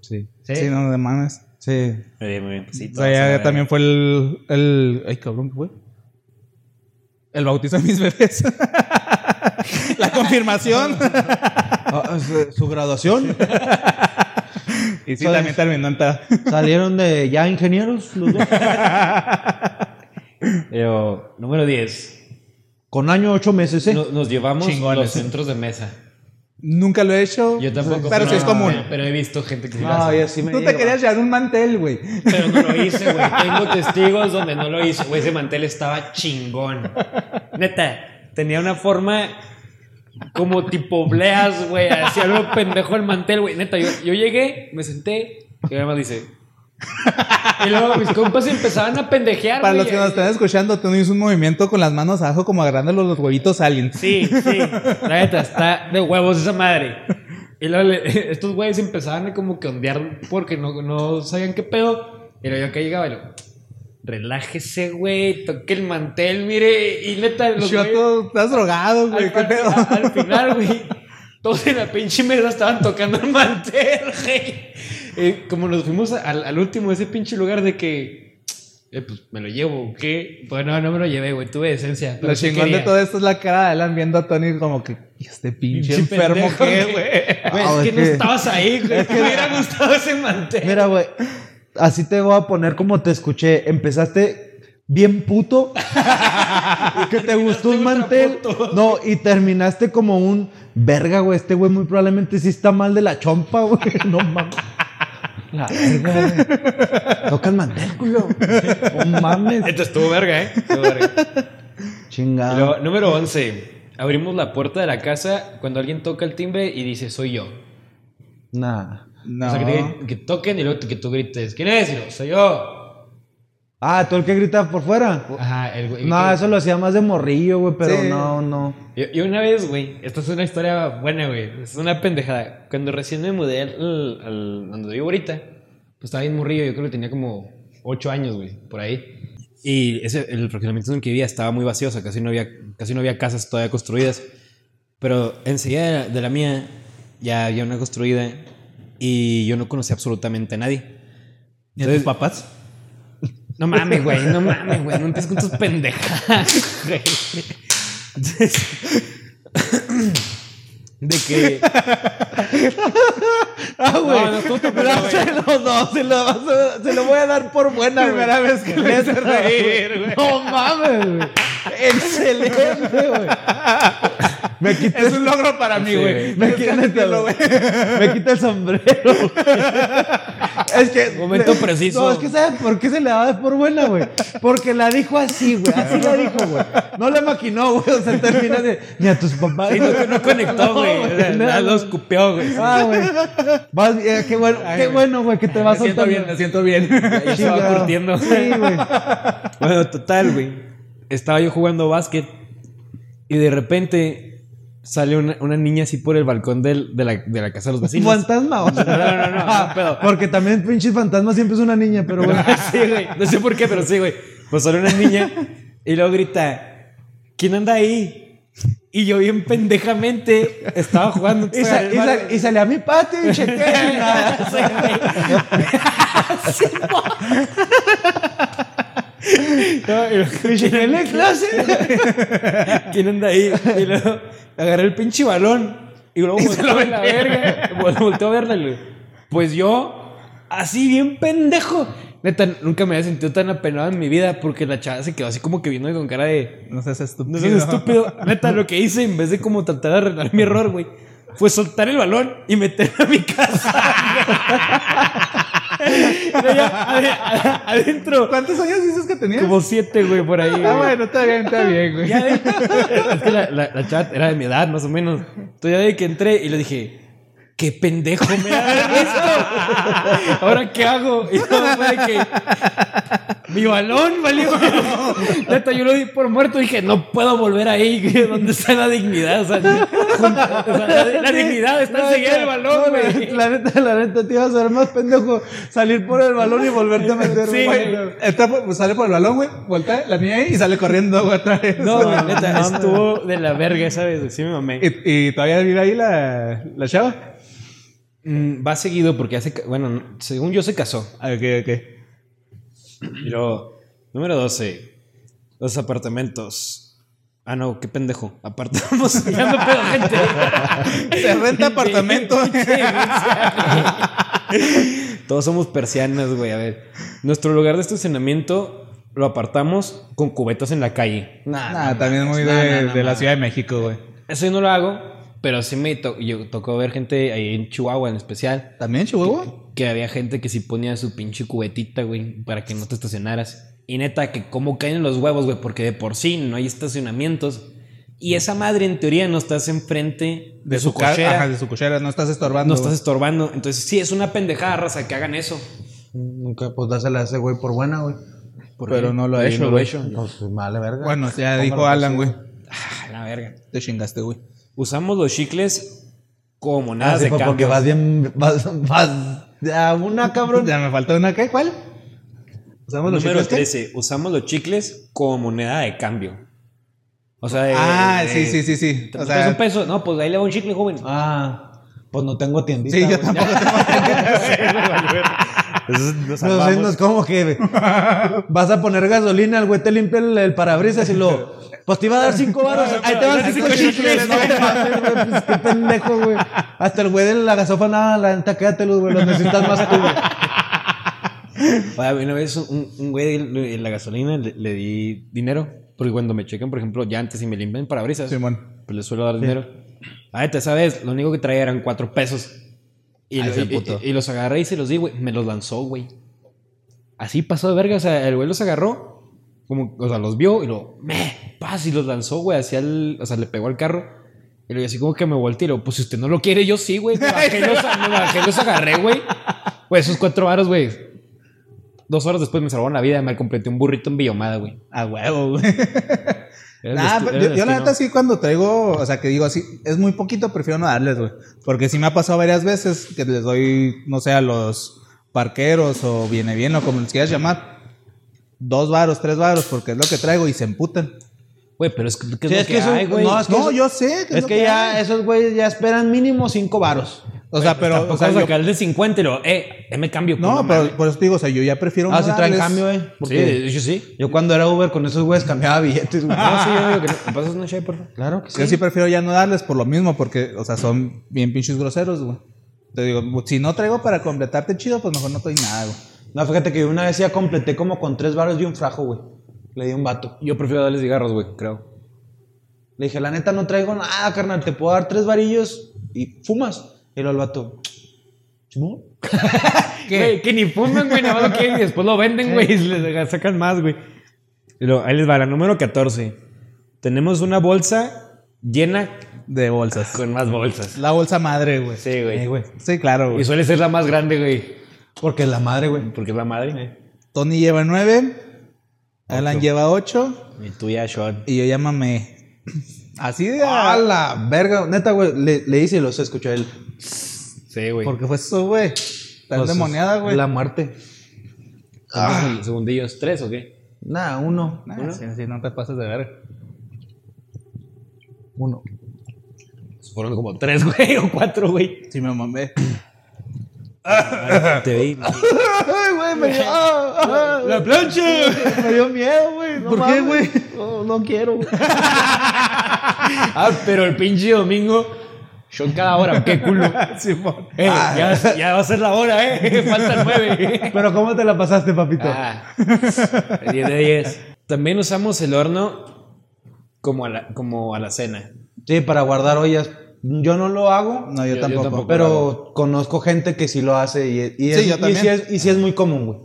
[SPEAKER 2] Sí.
[SPEAKER 1] Sí.
[SPEAKER 3] Sí, no, de mames.
[SPEAKER 2] pues Sí.
[SPEAKER 1] Muy bien, muy bien. Sí,
[SPEAKER 3] O
[SPEAKER 1] todas
[SPEAKER 3] sea, ya-
[SPEAKER 1] a la
[SPEAKER 3] ya también
[SPEAKER 1] verga.
[SPEAKER 3] fue el, el... Ay, cabrón, ¿qué fue? El bautizo de mis bebés. la confirmación.
[SPEAKER 2] Ah, su, su graduación.
[SPEAKER 3] y sí,
[SPEAKER 2] Soy-
[SPEAKER 3] también terminó en... ta-
[SPEAKER 2] Salieron de ya ingenieros los dos.
[SPEAKER 1] Y luego, número 10.
[SPEAKER 2] Con año ocho meses, ¿eh?
[SPEAKER 1] no- nos llevamos
[SPEAKER 3] Chingones.
[SPEAKER 1] los centros de mesa.
[SPEAKER 3] Nunca lo he hecho.
[SPEAKER 1] Yo tampoco.
[SPEAKER 3] Pero sí es común.
[SPEAKER 1] Pero he visto gente que sí lo
[SPEAKER 2] No,
[SPEAKER 1] hace.
[SPEAKER 2] yo Ah, sí me
[SPEAKER 3] Tú te
[SPEAKER 2] llego.
[SPEAKER 3] querías llevar un mantel, güey.
[SPEAKER 1] Pero no lo hice, güey. Tengo testigos donde no lo hice. Güey, ese mantel estaba chingón. Neta, tenía una forma como tipo bleas, güey. Hacía lo pendejo el mantel, güey. Neta, yo, yo llegué, me senté y además dice. Y luego mis compas empezaban a pendejear,
[SPEAKER 3] Para los
[SPEAKER 1] güey.
[SPEAKER 3] que nos están escuchando, tú no hizo un movimiento con las manos abajo como agarrándole los huevitos a alguien.
[SPEAKER 1] Sí, sí. La neta, está de huevos esa madre. Y luego le- estos güeyes empezaban a como que ondear porque no, no sabían qué pedo. Y luego yo que llegaba y lo, relájese, güey, toque el mantel, mire. Y neta, los
[SPEAKER 3] Yo,
[SPEAKER 1] güeyes-
[SPEAKER 3] tú estás drogado,
[SPEAKER 1] al,
[SPEAKER 3] güey. ¿Qué
[SPEAKER 1] al-
[SPEAKER 3] pedo?
[SPEAKER 1] a- al final, güey, todos en la pinche mesa estaban tocando el mantel, güey. Eh, como nos fuimos al, al último de ese pinche lugar de que... eh, pues me lo llevo, ¿o ¿qué? Bueno, no me lo llevé, güey, tuve decencia. pero
[SPEAKER 3] Lo
[SPEAKER 1] sí
[SPEAKER 3] chingón de
[SPEAKER 1] quería.
[SPEAKER 3] todo esto es la cara de Alan viendo a Tony como que, "¿Y este pinche enfermo
[SPEAKER 1] pendejo,
[SPEAKER 3] qué,
[SPEAKER 1] güey.
[SPEAKER 3] güey?
[SPEAKER 1] Güey,
[SPEAKER 2] Ah,
[SPEAKER 1] es que
[SPEAKER 2] es
[SPEAKER 1] no
[SPEAKER 2] que-
[SPEAKER 1] estabas ahí, güey. Te hubiera gustado ese mantel.
[SPEAKER 2] Mira, güey. Así te voy a poner como te escuché. Empezaste bien puto. que te gustó un mantel. No, y terminaste como un verga, güey. Este güey muy probablemente sí está mal de la chompa, güey. No mames. La verga, güey. Tocas mantéculo. No mames. Ah.
[SPEAKER 1] Esto estuvo verga, ¿eh? Estuvo verga.
[SPEAKER 2] Chingado.
[SPEAKER 1] Lo- número 11. Abrimos la puerta de la casa cuando alguien toca el timbre y dice, soy yo.
[SPEAKER 2] Nah.
[SPEAKER 3] No.
[SPEAKER 1] O sea, que, te- que toquen y luego que tú grites, ¿quién es? Y luego, soy yo.
[SPEAKER 2] Ah, tú el que grita por fuera.
[SPEAKER 1] Ajá, el güey.
[SPEAKER 2] No, eso lo hacía más de morrillo, güey, pero
[SPEAKER 3] Sí.
[SPEAKER 2] no, no.
[SPEAKER 1] Yo, yo una vez, güey, esta es una historia buena, güey. Es una pendejada. Cuando recién me mudé al, al- donde vivo ahorita, pues estaba bien morrillo. Yo creo que tenía como 8 años, güey, por ahí. Y ese, el fraccionamiento en el que vivía estaba muy vacío, o sea, casi no había, casi no había casas todavía construidas. Pero enseguida de la, de la mía ya había una construida y yo no conocía absolutamente a nadie.
[SPEAKER 3] ¿Y a tus papás?
[SPEAKER 1] No mames, güey, no mames, güey, no empieces con tus pendejadas, güey. Entonces, de que.
[SPEAKER 2] Ah,
[SPEAKER 1] güey. No, no, tú te acuerdas, güey.
[SPEAKER 2] Dáselo, no, se lo, vas a- se lo voy a dar por buena, güey.
[SPEAKER 3] Primera vez que me hice
[SPEAKER 2] Neta,
[SPEAKER 3] reír, güey.
[SPEAKER 2] No mames, güey. Excelente, güey. Me quité,
[SPEAKER 3] Es un logro para mí,
[SPEAKER 1] Sí,
[SPEAKER 3] güey.
[SPEAKER 2] me quité- me quité el sombrero. güey. Es que.
[SPEAKER 1] Momento preciso.
[SPEAKER 2] No, es que ¿sabes por qué se le daba por buena, güey? Porque la dijo así, güey. Así la dijo, güey. No la maquinó, güey. O sea, termina de. Ni a tus papás.
[SPEAKER 1] Sí, no, no conectó,
[SPEAKER 2] No,
[SPEAKER 1] güey. o sea,
[SPEAKER 2] güey,
[SPEAKER 1] nada,
[SPEAKER 2] no.
[SPEAKER 1] lo escupió, güey.
[SPEAKER 2] Ah, güey. Vas- eh, qué bueno, qué bueno, güey, que te vas
[SPEAKER 3] Me siento bien, me siento bien.
[SPEAKER 1] Ya se va curtiendo.
[SPEAKER 2] Sí, güey.
[SPEAKER 1] Bueno, total, güey. Estaba yo jugando básquet y de repente sale una, una niña así por el balcón del- de, la, de la casa de los
[SPEAKER 2] Un
[SPEAKER 1] vecinos.
[SPEAKER 2] fantasma, güey.
[SPEAKER 1] No, no, no, no, no, pedo.
[SPEAKER 2] Porque también pinches fantasma siempre es una niña, pero bueno.
[SPEAKER 1] sí, güey. No sé por qué, pero sí, güey. Pues sale una niña y luego grita, ¿quién anda ahí? Y yo bien pendejamente estaba jugando.
[SPEAKER 2] Y, sa- y sa- y salí a mi patio y chequé. y nada.
[SPEAKER 1] Sí, güey. Sí, mo- No, y luego,
[SPEAKER 2] Y chequé en la clase.
[SPEAKER 1] ¿Quién anda ahí? Y luego agarré el pinche balón y luego volteó a ver la verga. Vol- Volteó a verla. y le- Pues yo, así bien pendejo. Neta, nunca me había sentido tan apenado en mi vida porque la chava se quedó así como que viendo con cara de.
[SPEAKER 3] No seas estúpido.
[SPEAKER 1] No seas estúpido. Neta, lo que hice en vez de como tratar de arreglar mi error, güey, fue soltar el balón y meterlo a mi casa. Y allá, ade- Adentro,
[SPEAKER 3] ¿Cuántos años dices que tenías?
[SPEAKER 1] como siete, güey, por ahí.
[SPEAKER 3] Ah,
[SPEAKER 1] güey.
[SPEAKER 3] bueno, está bien, está bien, güey.
[SPEAKER 1] Ya de- es que la, la, la chava era de mi edad, más o menos. Entonces ya de que entré y le dije, qué pendejo me ha esto. Ahora qué hago. Y todo fue de que mi balón valió. Neta, yo lo di por muerto y dije, no puedo volver ahí. que ¿Dónde está la dignidad? O sea, junta- o sea, la, la dignidad está enseguida el balón,
[SPEAKER 2] No, la-
[SPEAKER 1] güey.
[SPEAKER 2] La neta, la neta, te ibas a ser más pendejo salir por el balón y volverte a meter,
[SPEAKER 1] Sí,
[SPEAKER 2] güey.
[SPEAKER 1] güey.
[SPEAKER 3] Entra por- pues, sale por el balón, güey. Voltea la niña ahí y sale corriendo, güey, otra vez.
[SPEAKER 1] No,
[SPEAKER 3] güey.
[SPEAKER 1] güey, neta, estuvo de la verga, ¿sabes? Sí me mamé.
[SPEAKER 3] ¿Y, y todavía vive ahí la, la chava?
[SPEAKER 1] Mm, Va seguido porque hace... Bueno, no- según yo se casó.
[SPEAKER 3] Ah, ok, ok.
[SPEAKER 1] Y luego, número 12. Los apartamentos. Ah, no, qué pendejo. Apartamos. Ya no pedo, gente.
[SPEAKER 3] Se renta apartamento.
[SPEAKER 1] Todos somos persianas, güey. A ver. Nuestro lugar de estacionamiento lo apartamos con cubetas en la calle.
[SPEAKER 3] Nah, también muy de, de la Ciudad de México, güey.
[SPEAKER 1] Eso yo no lo hago, pero sí me to- yo- tocó ver gente ahí en Chihuahua en especial.
[SPEAKER 3] ¿También Chihuahua?
[SPEAKER 1] Que había gente que sí ponía su pinche cubetita, güey, para que no te estacionaras. Y neta, que cómo caen los huevos, güey, porque de por sí no hay estacionamientos. Y esa madre, en teoría, no estás enfrente de, su,
[SPEAKER 3] ca-
[SPEAKER 1] cochera.
[SPEAKER 3] Ajá, de su cochera. No estás estorbando.
[SPEAKER 1] no estás
[SPEAKER 3] güey.
[SPEAKER 1] estorbando. Entonces, sí, es una pendejada, raza, que hagan eso.
[SPEAKER 2] Nunca, pues dásela a ese güey por buena, güey.
[SPEAKER 1] Porque
[SPEAKER 3] Pero no lo ha
[SPEAKER 1] yo
[SPEAKER 3] hecho,
[SPEAKER 1] no
[SPEAKER 3] güey.
[SPEAKER 2] Pues vale, verga. pues,
[SPEAKER 3] Bueno, ya
[SPEAKER 2] Póngalo
[SPEAKER 3] dijo
[SPEAKER 2] así,
[SPEAKER 3] Alan, güey.
[SPEAKER 1] Ah, la verga.
[SPEAKER 3] Te chingaste, güey.
[SPEAKER 1] Usamos los chicles como nada
[SPEAKER 2] Ah, sí,
[SPEAKER 1] de
[SPEAKER 2] pues,
[SPEAKER 1] cambio.
[SPEAKER 2] porque vas bien. Vas, vas a
[SPEAKER 3] Ah,
[SPEAKER 2] una, cabrón.
[SPEAKER 3] Ya me faltó una, ¿qué? ¿Cuál? Usamos los
[SPEAKER 1] Número
[SPEAKER 3] chicles, ¿qué?
[SPEAKER 1] 13. Usamos los chicles como moneda de cambio. O sea, de-
[SPEAKER 3] Ah,
[SPEAKER 1] de-
[SPEAKER 3] sí, sí, sí, sí.
[SPEAKER 1] ¿Te
[SPEAKER 3] O
[SPEAKER 1] prestas un
[SPEAKER 3] sea,
[SPEAKER 1] peso? No, pues ahí le va un chicle, joven.
[SPEAKER 2] Ah, pues no tengo tiendita.
[SPEAKER 3] sí, yo
[SPEAKER 2] güey.
[SPEAKER 3] tampoco.
[SPEAKER 2] No sé, no es como que vas a poner gasolina, el güey te limpia el, el parabrisas y lo. Pues te iba a dar cinco baros. Ahí te van cinco chicles. No mames, güey. Pues qué pendejo, güey. Hasta el güey de la gasofa, nada, la neta, quédatelo, güey. Los necesitas más tú, güey.
[SPEAKER 1] Oye, una vez un, un güey de la gasolina le, le di dinero. Porque cuando me chequen, por ejemplo, llantas y me limpian parabrisas,
[SPEAKER 3] Simón.
[SPEAKER 1] pues les suelo dar dinero. A esta, esa vez, lo único que traía eran cuatro pesos. Y,
[SPEAKER 3] A
[SPEAKER 1] lo-
[SPEAKER 3] Ah, ese
[SPEAKER 1] y-
[SPEAKER 3] puto.
[SPEAKER 1] y- y los agarré y se los di, güey. Me los lanzó, güey. Así pasó de verga. O sea, el güey los agarró. Como, o sea, los vio y lo. Me, paz, y los lanzó, güey, hacia el. O sea, le pegó al carro. Y luego así como que me volteé y lo, pues si usted no lo quiere, yo sí, güey. Me bajé, los, me bajé, los agarré, güey. Güey, esos cuatro varos, güey. Dos horas después me salvaron la vida. Me completé un burrito en Villomada, güey.
[SPEAKER 3] A huevo, güey.
[SPEAKER 1] Era el
[SPEAKER 3] Nah,
[SPEAKER 1] desti-
[SPEAKER 3] Ah, pero
[SPEAKER 1] era el
[SPEAKER 3] yo, yo la
[SPEAKER 1] destino.
[SPEAKER 3] neta sí cuando traigo, o sea, que digo así, es muy poquito, prefiero no darles, güey. Porque sí me ha pasado varias veces que les doy, no sé, a los parqueros o viene bien o como les quieras llamar. Dos varos, tres varos, porque es lo que traigo y se emputan.
[SPEAKER 1] Güey, pero es que, ¿qué es
[SPEAKER 2] Sí,
[SPEAKER 1] lo
[SPEAKER 2] es
[SPEAKER 1] que
[SPEAKER 2] que eso-
[SPEAKER 1] hay, güey?
[SPEAKER 2] no, es que
[SPEAKER 3] no,
[SPEAKER 2] eso-
[SPEAKER 3] yo sé.
[SPEAKER 2] Es
[SPEAKER 3] lo
[SPEAKER 2] que ya
[SPEAKER 3] hay.
[SPEAKER 2] esos güeyes ya esperan mínimo cinco varos.
[SPEAKER 3] O sea, pero...
[SPEAKER 1] Tampoco
[SPEAKER 3] o sea,
[SPEAKER 1] vas a
[SPEAKER 3] yo-
[SPEAKER 1] sacar el de 50 y lo, eh, eh, me cambio. pues,
[SPEAKER 3] no,
[SPEAKER 1] mames.
[SPEAKER 3] pero por eso te digo, o sea, yo ya prefiero
[SPEAKER 2] Ah, sí traen
[SPEAKER 3] darles.
[SPEAKER 2] cambio, eh. Porque
[SPEAKER 1] Sí, yo sí.
[SPEAKER 2] yo cuando era Uber con esos güeyes cambiaba billetes, güey.
[SPEAKER 1] No, sí, yo digo que no. ¿Me pasas una chai, por favor?
[SPEAKER 2] Claro que sí.
[SPEAKER 3] Yo sí prefiero ya no darles por lo mismo, porque, o sea, son bien pinches groseros, güey. Te digo, si no traigo para completarte chido, pues mejor no doy nada, güey.
[SPEAKER 2] No, fíjate que yo una vez ya completé como con tres varos de un frajo, güey. Le di un vato.
[SPEAKER 1] Yo prefiero darles cigarros, güey, creo.
[SPEAKER 2] Le dije, la neta no traigo nada, carnal. Te puedo dar tres varillos y fumas. Y lo al vato. ¿Simón?
[SPEAKER 1] ¿Qué? que ni fuman, güey, nada más lo quieren y después lo venden, güey, y les sacan más, güey. Y luego, ahí les va, la número 14. Tenemos una bolsa llena
[SPEAKER 3] De bolsas.
[SPEAKER 1] con más bolsas.
[SPEAKER 3] La bolsa madre, güey.
[SPEAKER 1] Sí, güey.
[SPEAKER 2] Eh, güey.
[SPEAKER 3] Sí, claro,
[SPEAKER 1] Y
[SPEAKER 3] güey.
[SPEAKER 1] suele ser la más grande, güey,
[SPEAKER 2] Porque es la madre, güey.
[SPEAKER 1] porque es la madre.
[SPEAKER 3] Tony lleva nueve, Alan lleva ocho
[SPEAKER 1] Y tú ya, Sean.
[SPEAKER 3] y yo ya mamé. Así de...
[SPEAKER 2] A la verga. Neta, güey. Le, le hice y los escuché él.
[SPEAKER 1] Sí, güey.
[SPEAKER 3] Porque fue eso, güey. Tan
[SPEAKER 2] Pues,
[SPEAKER 3] demoniada, güey.
[SPEAKER 2] La muerte.
[SPEAKER 1] Ah. Segundillos, ¿tres o qué?
[SPEAKER 2] Nada, uno.
[SPEAKER 3] Nah, sí, sí, no te pases de ver.
[SPEAKER 2] Uno.
[SPEAKER 1] Fueron como tres, güey, o cuatro, güey.
[SPEAKER 3] Sí, me mamé.
[SPEAKER 1] Te vi.
[SPEAKER 2] Ay, güey, me dio.
[SPEAKER 1] ¡La plancha!
[SPEAKER 2] me dio miedo, güey.
[SPEAKER 3] ¿Por qué, güey?
[SPEAKER 2] No, no quiero, güey.
[SPEAKER 1] Ah, pero el pinche domingo, Sean cada hora, qué culo.
[SPEAKER 3] Simón. Ah.
[SPEAKER 1] Eh, ya, ya va a ser la hora, ¿eh? Faltan nueve.
[SPEAKER 2] Pero ¿cómo te la pasaste, papito?
[SPEAKER 1] Ah, 10 de 10. También usamos el horno como a la, como a la cena.
[SPEAKER 2] Sí, para guardar ollas. Yo no lo hago.
[SPEAKER 3] No, yo,
[SPEAKER 1] Yo- yo
[SPEAKER 3] tampoco.
[SPEAKER 1] tampoco.
[SPEAKER 2] Pero conozco gente que sí lo hace y, y es,
[SPEAKER 3] Sí, yo
[SPEAKER 2] y
[SPEAKER 3] también.
[SPEAKER 2] sí es, y sí es muy común, güey.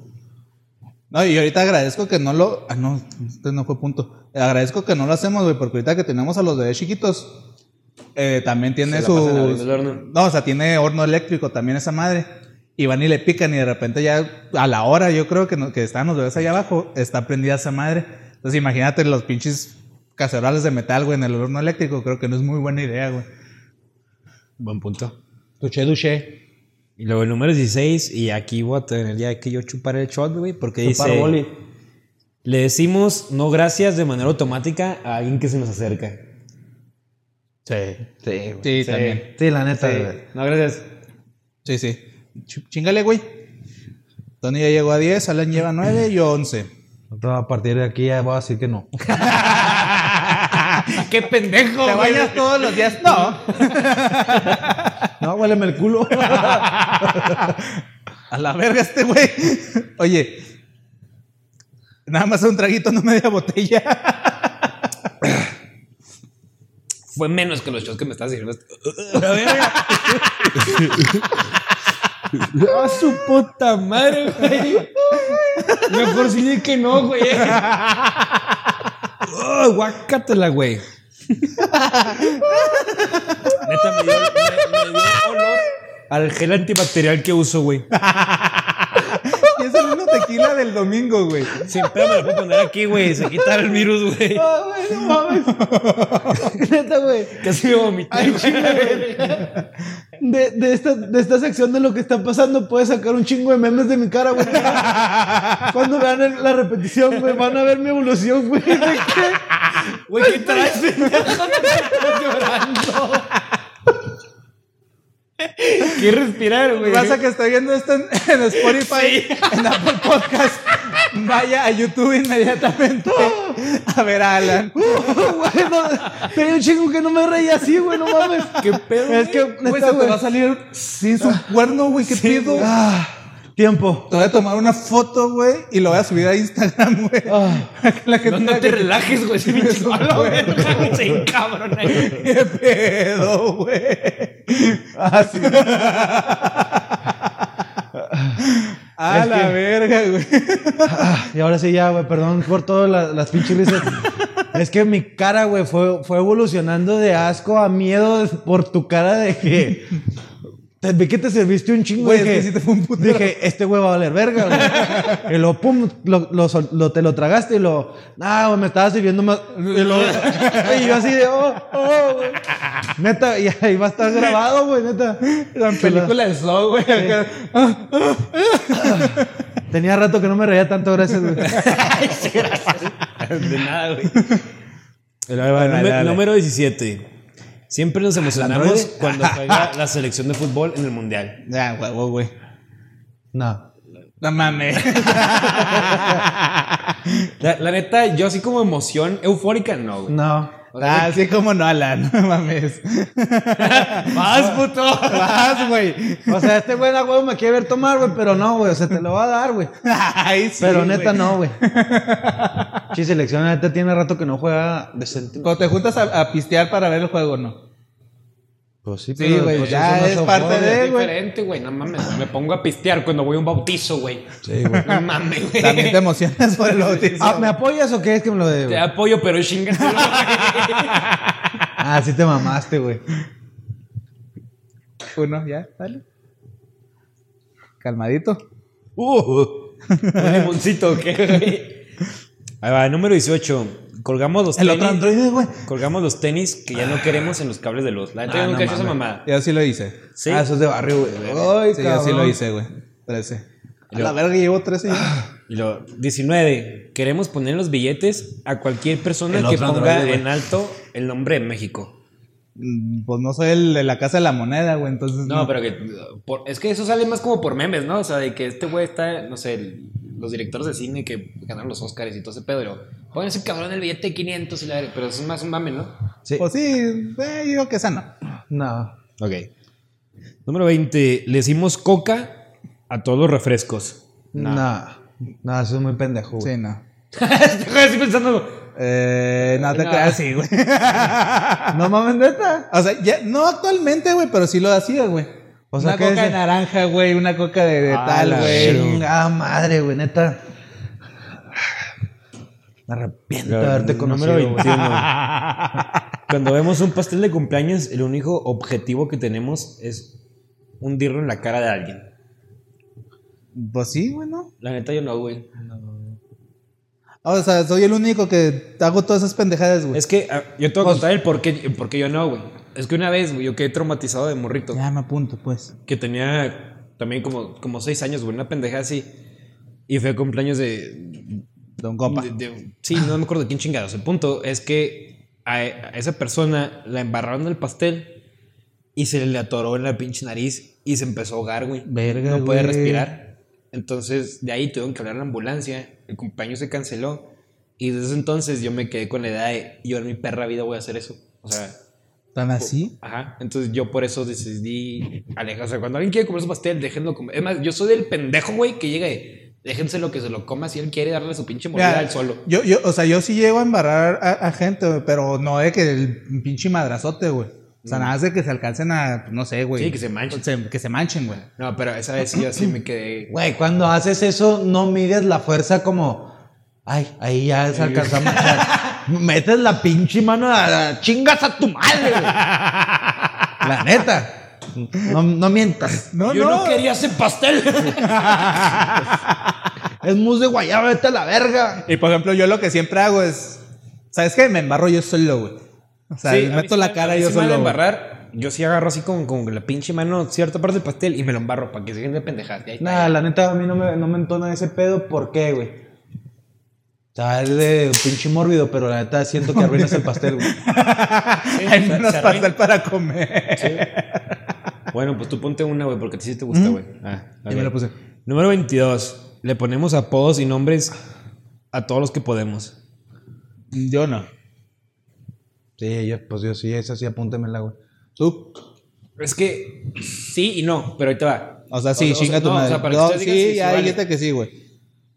[SPEAKER 3] No, y ahorita agradezco que no lo... Ah, no, este no fue punto. Agradezco que no lo hacemos, güey, porque ahorita que tenemos a los bebés chiquitos, eh, también
[SPEAKER 1] Se
[SPEAKER 3] tiene
[SPEAKER 1] la pasan abriendo
[SPEAKER 3] sus...
[SPEAKER 1] el horno.
[SPEAKER 3] No, o sea, tiene horno eléctrico también esa madre. Y van y le pican y de repente ya a la hora, yo creo que, no- que están los bebés allá abajo, está prendida esa madre. Entonces imagínate los pinches caceroles de metal, güey, en el horno eléctrico. Creo que no es muy buena idea, güey.
[SPEAKER 1] Buen punto.
[SPEAKER 2] Duché, duché.
[SPEAKER 1] Y luego el número 16, y aquí voy a tener ya que yo chupar el shot, güey, porque
[SPEAKER 2] Chupar
[SPEAKER 1] dice...
[SPEAKER 2] boli.
[SPEAKER 1] Le decimos no gracias de manera automática a alguien que se nos acerca.
[SPEAKER 3] Sí.
[SPEAKER 2] Sí, güey.
[SPEAKER 3] Sí,
[SPEAKER 1] Sí.
[SPEAKER 3] también.
[SPEAKER 2] Sí, la neta,
[SPEAKER 1] Sí.
[SPEAKER 2] güey.
[SPEAKER 1] No, gracias.
[SPEAKER 3] Sí, sí. Ch- chingale, güey. Tony ya llegó a 10, Alan lleva 9, yo 11.
[SPEAKER 2] Entonces, a partir de aquí ya voy a decir que no.
[SPEAKER 1] Ah, ¡Qué pendejo!
[SPEAKER 3] ¿Te
[SPEAKER 1] güey!
[SPEAKER 3] bañas todos los días? No.
[SPEAKER 2] No, huéleme el culo.
[SPEAKER 3] A la verga este güey. Oye, nada más un traguito, no media botella.
[SPEAKER 1] Fue menos que los shots que me estás sirviendo. ¡A su puta madre, güey! Mejor sí di que no, güey. ¡Oh, guácatela, güey! Neta, me dio, me- me dio olor al gel antibacterial que uso, güey.
[SPEAKER 3] Y es el mismo tequila del domingo, güey.
[SPEAKER 1] Siempre me lo puedo poner aquí, güey. Se quita el virus, güey.
[SPEAKER 2] No, güey, no mames. Neta, güey.
[SPEAKER 1] Casi me vomité.
[SPEAKER 2] De, de esta, de esta sección de lo que está pasando, puedes sacar un chingo de memes de mi cara, güey. Cuando vean el- la repetición, güey, van a ver mi evolución, güey. de que-
[SPEAKER 1] Güey, ¿qué traes? Estás llorando. ¿Qué respirar, güey?
[SPEAKER 3] Pasa que está viendo esto en, en Spotify, en Apple Podcast. Vaya a YouTube inmediatamente a ver a Alan.
[SPEAKER 2] Uh, Güey, no, tenía un chingo que no me reía así, güey, no mames.
[SPEAKER 1] ¿Qué pedo?
[SPEAKER 2] Es que,
[SPEAKER 1] güey?
[SPEAKER 2] neta,
[SPEAKER 3] te va a
[SPEAKER 2] güey.
[SPEAKER 3] salir sin su cuerno, güey. ¿Qué pedo?
[SPEAKER 2] Ah, tiempo.
[SPEAKER 3] Te voy a tomar una foto, güey, y la voy a subir a Instagram, güey.
[SPEAKER 2] Ah.
[SPEAKER 3] Para que la gente
[SPEAKER 1] No, no
[SPEAKER 3] vea
[SPEAKER 1] te
[SPEAKER 3] que-
[SPEAKER 1] relajes, güey. Sí, pinche solo, güey. Sí, cabrón. ahí.
[SPEAKER 3] ¿Qué pedo, güey?
[SPEAKER 2] Ah, sí.
[SPEAKER 3] A
[SPEAKER 2] Es
[SPEAKER 3] la
[SPEAKER 2] que-
[SPEAKER 3] verga, güey.
[SPEAKER 2] Ah, y ahora sí ya, güey, perdón por todas la- las pinches risas. Es que mi cara, güey, fue, fue evolucionando de asco a miedo por tu cara de que... Te vi que te serviste un chingo.
[SPEAKER 3] Güey,
[SPEAKER 2] dije,
[SPEAKER 3] es que sí te fue un putero.
[SPEAKER 2] dije, este güey va a valer verga, güey. Y lo, pum, lo, lo sol- lo- te lo tragaste y lo... Ah, güey, me estaba sirviendo más... Y, lo- y yo así de... Oh, oh, güey. Neta, y ahí va a estar grabado, güey, neta.
[SPEAKER 3] La película de Slow, güey. acá.
[SPEAKER 2] Tenía rato que no me reía tanto, gracias, güey.
[SPEAKER 4] De nada, güey.
[SPEAKER 3] dale, dale.
[SPEAKER 1] Número 17. Siempre nos emocionamos cuando juega la selección de fútbol en el mundial.
[SPEAKER 3] Ya, huevo, güey.
[SPEAKER 2] No.
[SPEAKER 3] No mames.
[SPEAKER 1] La, la neta, yo así como emoción eufórica, no, güey.
[SPEAKER 2] No.
[SPEAKER 3] Ah, sí, como no, Alan. No mames.
[SPEAKER 1] ¡Más, puto!
[SPEAKER 3] Vas, güey.
[SPEAKER 2] O sea, este güey, la huevo me quiere ver tomar, güey, pero no, güey. O sea, te lo va a dar, güey.
[SPEAKER 3] Ay, sí,
[SPEAKER 2] Pero neta,
[SPEAKER 3] güey.
[SPEAKER 2] no, güey. Sí, selección, la neta tiene rato que no juega decente.
[SPEAKER 3] Cuando te juntas a, a pistear para ver el juego, no.
[SPEAKER 2] Pues
[SPEAKER 3] Sí, güey. ya es parte de
[SPEAKER 1] Es
[SPEAKER 3] él, güey.
[SPEAKER 1] diferente, güey. No mames. Me pongo a pistear cuando voy a un bautizo, güey.
[SPEAKER 2] Sí, güey.
[SPEAKER 1] No mames, güey.
[SPEAKER 3] También te emocionas por el bautismo.
[SPEAKER 2] Ah, ¿Me apoyas o qué es que me lo de,
[SPEAKER 1] Te
[SPEAKER 2] güey?
[SPEAKER 1] apoyo, pero chingas.
[SPEAKER 2] Ah, sí te mamaste, güey.
[SPEAKER 3] Uno, ya, dale. Calmadito.
[SPEAKER 1] Uh, un limoncito, ¿o ¿qué, güey? Ahí va, número 18. Colgamos los
[SPEAKER 3] El
[SPEAKER 1] tenis.
[SPEAKER 3] otro androide, güey.
[SPEAKER 1] Colgamos los tenis que ya no queremos en los cables de luz. La neta,
[SPEAKER 3] Ah,
[SPEAKER 1] yo
[SPEAKER 3] no
[SPEAKER 1] nunca he hecho esa
[SPEAKER 3] mames.
[SPEAKER 1] mamada.
[SPEAKER 3] Yo sí lo hice.
[SPEAKER 1] Sí.
[SPEAKER 2] Ah, eso es de barrio, güey. Ay,
[SPEAKER 3] sí, yo sí lo
[SPEAKER 2] cabrón.
[SPEAKER 3] hice, güey. 13. A la verga llevo 13
[SPEAKER 1] Y luego, 19. Queremos poner en los billetes a cualquier persona
[SPEAKER 2] El
[SPEAKER 1] que
[SPEAKER 2] otro
[SPEAKER 1] ponga
[SPEAKER 2] androide, güey.
[SPEAKER 1] en alto el nombre de México.
[SPEAKER 3] Mm, Pues no soy el de la casa de la moneda, güey, entonces.
[SPEAKER 1] No, pero que. por- es que eso sale más como por memes, ¿no? O sea, de que este güey está, no sé, el- los directores de cine que ganaron los Oscars y todo ese pedo. y luego, Pongan ese cabrón el billete de 500 y la verga", Pero eso es más un mame, ¿no?
[SPEAKER 2] Sí.
[SPEAKER 3] Pues sí, eh, yo digo que esa no.
[SPEAKER 2] No.
[SPEAKER 1] Ok. Número 20. Le decimos coca a todos los refrescos.
[SPEAKER 2] No. No, eso es muy pendejo, güey.
[SPEAKER 3] Sí, no.
[SPEAKER 4] Este güey así pensando.
[SPEAKER 3] Eh, no te
[SPEAKER 1] No.
[SPEAKER 3] creas, sí, güey.
[SPEAKER 2] No mames, neta.
[SPEAKER 3] O sea, ya, no actualmente, güey, pero sí lo hacía, güey.
[SPEAKER 2] O sea,
[SPEAKER 3] una
[SPEAKER 2] ¿qué
[SPEAKER 3] coca de
[SPEAKER 2] decía?
[SPEAKER 3] naranja, güey, una coca de, de
[SPEAKER 1] Ah,
[SPEAKER 3] tal,
[SPEAKER 1] la
[SPEAKER 3] güey.
[SPEAKER 2] Chingada madre, güey, neta. Me arrepiento de haberte conocido.
[SPEAKER 1] Número
[SPEAKER 2] güey.
[SPEAKER 1] 21. Cuando vemos un pastel de cumpleaños, el único objetivo que tenemos es hundirlo en la cara de alguien.
[SPEAKER 3] Pues sí, güey, ¿no?
[SPEAKER 1] La neta, yo no, güey.
[SPEAKER 3] O sea, soy el único que hago todas esas pendejadas, güey.
[SPEAKER 1] Es que ah, yo te voy a contar el por qué, el por qué yo no, güey. Es que una vez, güey, yo quedé traumatizado de morrito.
[SPEAKER 3] Ya me apunto, pues.
[SPEAKER 1] Que tenía también como, como seis años, güey, una pendeja así. Y fue cumpleaños de,
[SPEAKER 3] Don Copa.
[SPEAKER 1] de- de- sí, no me acuerdo de quién chingados. El punto es que a, a esa persona la embarraron del pastel y se le atoró en la pinche nariz y se empezó a ahogar, güey.
[SPEAKER 2] Verga,
[SPEAKER 1] No puede
[SPEAKER 2] güey.
[SPEAKER 1] respirar. Entonces, de ahí tuvieron que hablar a la ambulancia. El cumpleaños se canceló. Y desde ese entonces yo me quedé con la edad de yo en mi perra vida voy a hacer eso. O sea,
[SPEAKER 3] ¿Tan así?
[SPEAKER 1] ajá. Entonces yo por eso decidí alejarse. O sea, cuando alguien quiere comer su pastel, déjenlo comer. Es más, yo soy del pendejo, güey, que llega de, déjense lo que se lo coma si él quiere darle su pinche mordida
[SPEAKER 3] Mira,
[SPEAKER 1] al solo.
[SPEAKER 3] Yo, yo, o sea, yo sí llego a embarrar a, a gente, güey, pero no de que el pinche madrazote, güey. O sea, nada más de que se alcancen a, pues, no sé, güey.
[SPEAKER 1] Mm. Sí, que se manchen.
[SPEAKER 3] Se- que se manchen, güey.
[SPEAKER 1] No, pero esa vez sí, yo sí me quedé.
[SPEAKER 2] Güey, cuando haces eso, no mides la fuerza como. Ay, ahí ya se alcanza a manchar". Metes la pinche mano a, a- chingas a tu madre, güey. La neta. No, no mientas.
[SPEAKER 3] No,
[SPEAKER 1] Ah. yo no.
[SPEAKER 3] no.
[SPEAKER 1] quería ese pastel.
[SPEAKER 2] Es mus de guayaba, vete a la verga.
[SPEAKER 3] Y por ejemplo, yo lo que siempre hago es. ¿Sabes qué? Me embarro yo solo, güey. O sea,
[SPEAKER 1] Sí,
[SPEAKER 3] me
[SPEAKER 1] a mí
[SPEAKER 3] meto
[SPEAKER 1] sí
[SPEAKER 3] la
[SPEAKER 1] me-
[SPEAKER 3] cara
[SPEAKER 1] a mí
[SPEAKER 3] yo
[SPEAKER 1] sí me van a
[SPEAKER 3] solo. güey.
[SPEAKER 1] embarrar, yo sí agarro así con, con la pinche mano cierta parte del pastel y me lo embarro para que se dejen de pendejar. Y ahí está.
[SPEAKER 2] Nah, la neta, a mí no me, no me entona ese pedo. ¿Por qué, güey? O sea, es de pinche mórbido, pero la neta siento que arruinas el pastel, güey.
[SPEAKER 1] Sí,
[SPEAKER 3] Hay
[SPEAKER 1] se-
[SPEAKER 3] menos
[SPEAKER 1] se arruina.
[SPEAKER 3] pastel para comer.
[SPEAKER 1] Bueno, pues tú ponte una, güey, porque a ti sí te gusta, güey. Ah,
[SPEAKER 3] Ya Mm. me
[SPEAKER 1] ok.
[SPEAKER 3] la puse.
[SPEAKER 1] Número 22. Le ponemos apodos y nombres a todos los que podemos.
[SPEAKER 3] Yo no.
[SPEAKER 2] Sí, yo, pues yo sí, esa sí, apúntemela, güey.
[SPEAKER 3] Tú.
[SPEAKER 1] Es que sí y no, pero ahí te va.
[SPEAKER 3] O sea, sí,
[SPEAKER 1] O sea,
[SPEAKER 3] chinga tu
[SPEAKER 1] no, o
[SPEAKER 3] madre.
[SPEAKER 1] sea, para que
[SPEAKER 3] No,
[SPEAKER 1] ustedes digan
[SPEAKER 3] sí,
[SPEAKER 1] si- si
[SPEAKER 3] ya
[SPEAKER 1] vale.
[SPEAKER 3] dijiste que sí, güey.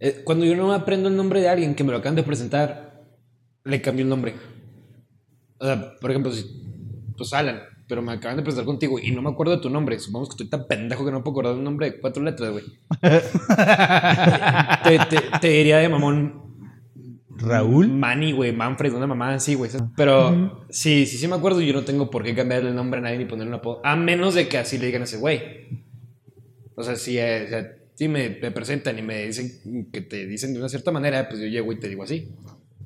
[SPEAKER 1] Eh, Cuando yo no aprendo el nombre de alguien que me lo acaban de presentar, le cambio el nombre. O sea, por ejemplo, si, pues Alan. pero me acaban de presentar contigo y no me acuerdo de tu nombre. Supongamos que estoy tan pendejo que no puedo acordar un nombre de cuatro letras, güey. te, te- te diría de mamón.
[SPEAKER 3] Raúl.
[SPEAKER 1] Manny, güey, Manfred, una mamada así, güey. ¿sabes? Pero sí, sí, sí me acuerdo. Yo no tengo por qué cambiarle el nombre a nadie ni ponerle un apodo. A menos de que así le digan a ese güey. O sea, si, eh, o sea, si me, me presentan y me dicen que te dicen de una cierta manera, pues yo llego y te digo así.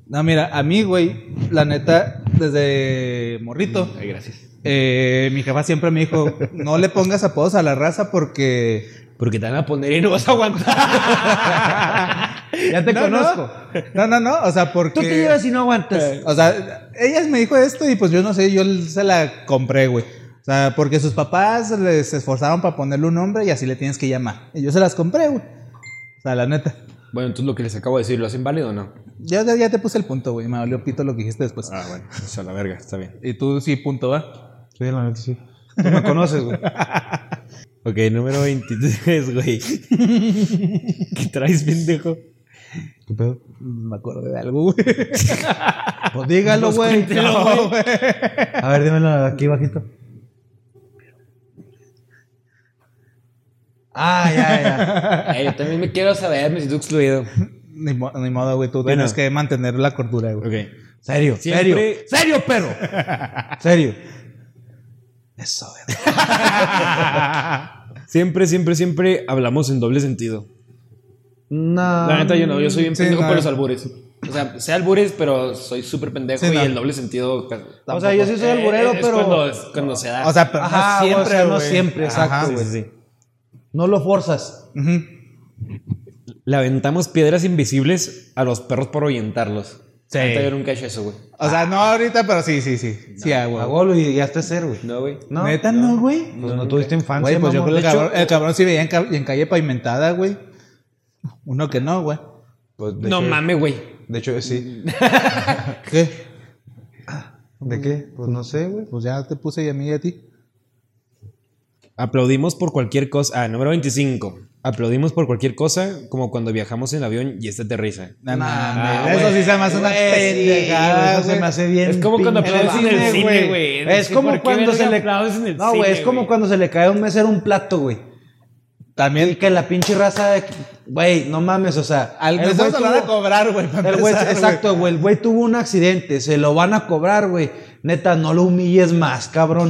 [SPEAKER 3] No, mira, a mí, güey, la neta, desde morrito,
[SPEAKER 1] Ay, gracias.
[SPEAKER 3] eh, mi jefa siempre me dijo, no le pongas apodos a la raza porque...
[SPEAKER 1] Porque te van a poner y no vas a aguantar.
[SPEAKER 2] Ya te
[SPEAKER 3] No,
[SPEAKER 2] conozco.
[SPEAKER 3] No, no, no, o sea, porque...
[SPEAKER 2] Tú te llevas y no aguantas.
[SPEAKER 3] Eh, O sea, ella me dijo esto y pues yo no sé, yo se la compré, güey. O sea, porque sus papás les esforzaron para ponerle un nombre y así le tienes que llamar. Y yo se las compré, güey. O sea, la neta.
[SPEAKER 1] bueno, entonces lo que les acabo de decir, ¿lo hacen válido o no?
[SPEAKER 3] Yo ya, ya te puse el punto, güey. Me valió pito lo que dijiste después.
[SPEAKER 1] Ah, bueno, o sea, la verga, está bien.
[SPEAKER 3] Y tú sí, punto, ¿va?
[SPEAKER 2] Sí, la neta, sí. Tú me conoces, güey.
[SPEAKER 5] Ok, número 23, güey. ¿Qué traes, pendejo?
[SPEAKER 2] ¿Qué pedo?
[SPEAKER 3] Me acuerdo de algo, güey.
[SPEAKER 2] Pues dígalo, güey. A ver, dímelo aquí bajito. Ah, ya, ya.
[SPEAKER 1] Ay, Eh, yo también me quiero saber, me siento excluido.
[SPEAKER 3] Ni, mo- ni modo, güey. Tú
[SPEAKER 5] Bueno.
[SPEAKER 3] tienes que mantener la cordura, güey.
[SPEAKER 5] Ok.
[SPEAKER 2] Serio,
[SPEAKER 5] Siempre-
[SPEAKER 2] serio. Serio, pero. Serio.
[SPEAKER 3] Eso, güey.
[SPEAKER 5] Siempre, siempre, siempre hablamos en doble sentido.
[SPEAKER 2] No.
[SPEAKER 1] La neta, yo no, yo soy bien
[SPEAKER 3] Sí,
[SPEAKER 1] pendejo
[SPEAKER 3] no.
[SPEAKER 1] para los albures. O sea, sé albures, pero soy súper pendejo
[SPEAKER 3] Sí,
[SPEAKER 1] y
[SPEAKER 3] no.
[SPEAKER 1] el doble sentido. pues,
[SPEAKER 2] O sea, yo sí soy alburero,
[SPEAKER 1] es
[SPEAKER 2] pero-
[SPEAKER 1] Cuando, es cuando se da.
[SPEAKER 3] O sea, pero
[SPEAKER 2] Ajá,
[SPEAKER 3] no
[SPEAKER 2] o sea,
[SPEAKER 3] siempre,
[SPEAKER 2] no
[SPEAKER 3] güey.
[SPEAKER 2] siempre,
[SPEAKER 3] Ajá.
[SPEAKER 2] exacto, güey. No lo forzas.
[SPEAKER 3] Ujú.
[SPEAKER 5] Le aventamos piedras invisibles a los perros por orientarlos.
[SPEAKER 3] Sí.
[SPEAKER 1] Ahorita yo nunca he hecho eso, güey.
[SPEAKER 3] O sea, no ahorita, pero sí, sí, sí. Sí, ah, güey.
[SPEAKER 2] A gol y ya está ser, güey.
[SPEAKER 1] No, güey.
[SPEAKER 2] No.
[SPEAKER 3] Neta, no, güey.
[SPEAKER 2] Pues no, tuviste infancia,
[SPEAKER 3] Güey, pues yo
[SPEAKER 2] mamón.
[SPEAKER 3] creo que
[SPEAKER 2] De
[SPEAKER 3] el
[SPEAKER 2] hecho-
[SPEAKER 3] cabrón, el cabrón sí veía en, ca- en calle pavimentada, güey. Uno que no, güey.
[SPEAKER 2] pues, de
[SPEAKER 1] No
[SPEAKER 2] hecho-
[SPEAKER 1] mames, güey.
[SPEAKER 2] De hecho, sí.
[SPEAKER 3] ¿Qué?
[SPEAKER 2] ¿De qué? Pues no sé, güey.
[SPEAKER 3] Pues ya te puse y a mí y a ti.
[SPEAKER 5] Aplaudimos por cualquier cosa. Ah, número 25. Aplaudimos por cualquier cosa, como cuando viajamos en avión y este aterriza.
[SPEAKER 3] No,
[SPEAKER 1] Ah,
[SPEAKER 3] eso
[SPEAKER 1] güey.
[SPEAKER 3] sí se me hace una
[SPEAKER 2] Güey, sí, güey,
[SPEAKER 3] pendejada,
[SPEAKER 2] Eso se me
[SPEAKER 3] güey.
[SPEAKER 2] hace bien.
[SPEAKER 1] Es como cuando
[SPEAKER 2] pinche
[SPEAKER 1] aplaudes en el
[SPEAKER 2] mal.
[SPEAKER 1] cine, güey. No
[SPEAKER 2] Es
[SPEAKER 1] sé
[SPEAKER 2] como
[SPEAKER 1] por qué
[SPEAKER 2] cuando
[SPEAKER 1] verga
[SPEAKER 2] se le.
[SPEAKER 1] aplaudes en el
[SPEAKER 2] No, güey,
[SPEAKER 1] cine,
[SPEAKER 2] es como
[SPEAKER 1] güey.
[SPEAKER 2] cuando se le cae a un mesero un plato, güey. Y
[SPEAKER 3] También.
[SPEAKER 2] que la pinche raza de. Güey, no mames, o sea.
[SPEAKER 3] Al
[SPEAKER 2] el
[SPEAKER 3] mesero
[SPEAKER 2] güey
[SPEAKER 3] se lo van a
[SPEAKER 2] tuvo-
[SPEAKER 3] cobrar, güey. para
[SPEAKER 2] el güey-
[SPEAKER 3] empezar, güey.
[SPEAKER 2] exacto, güey. El güey tuvo un accidente. Se lo van a cobrar, güey. Neta, no lo humilles más, cabrón.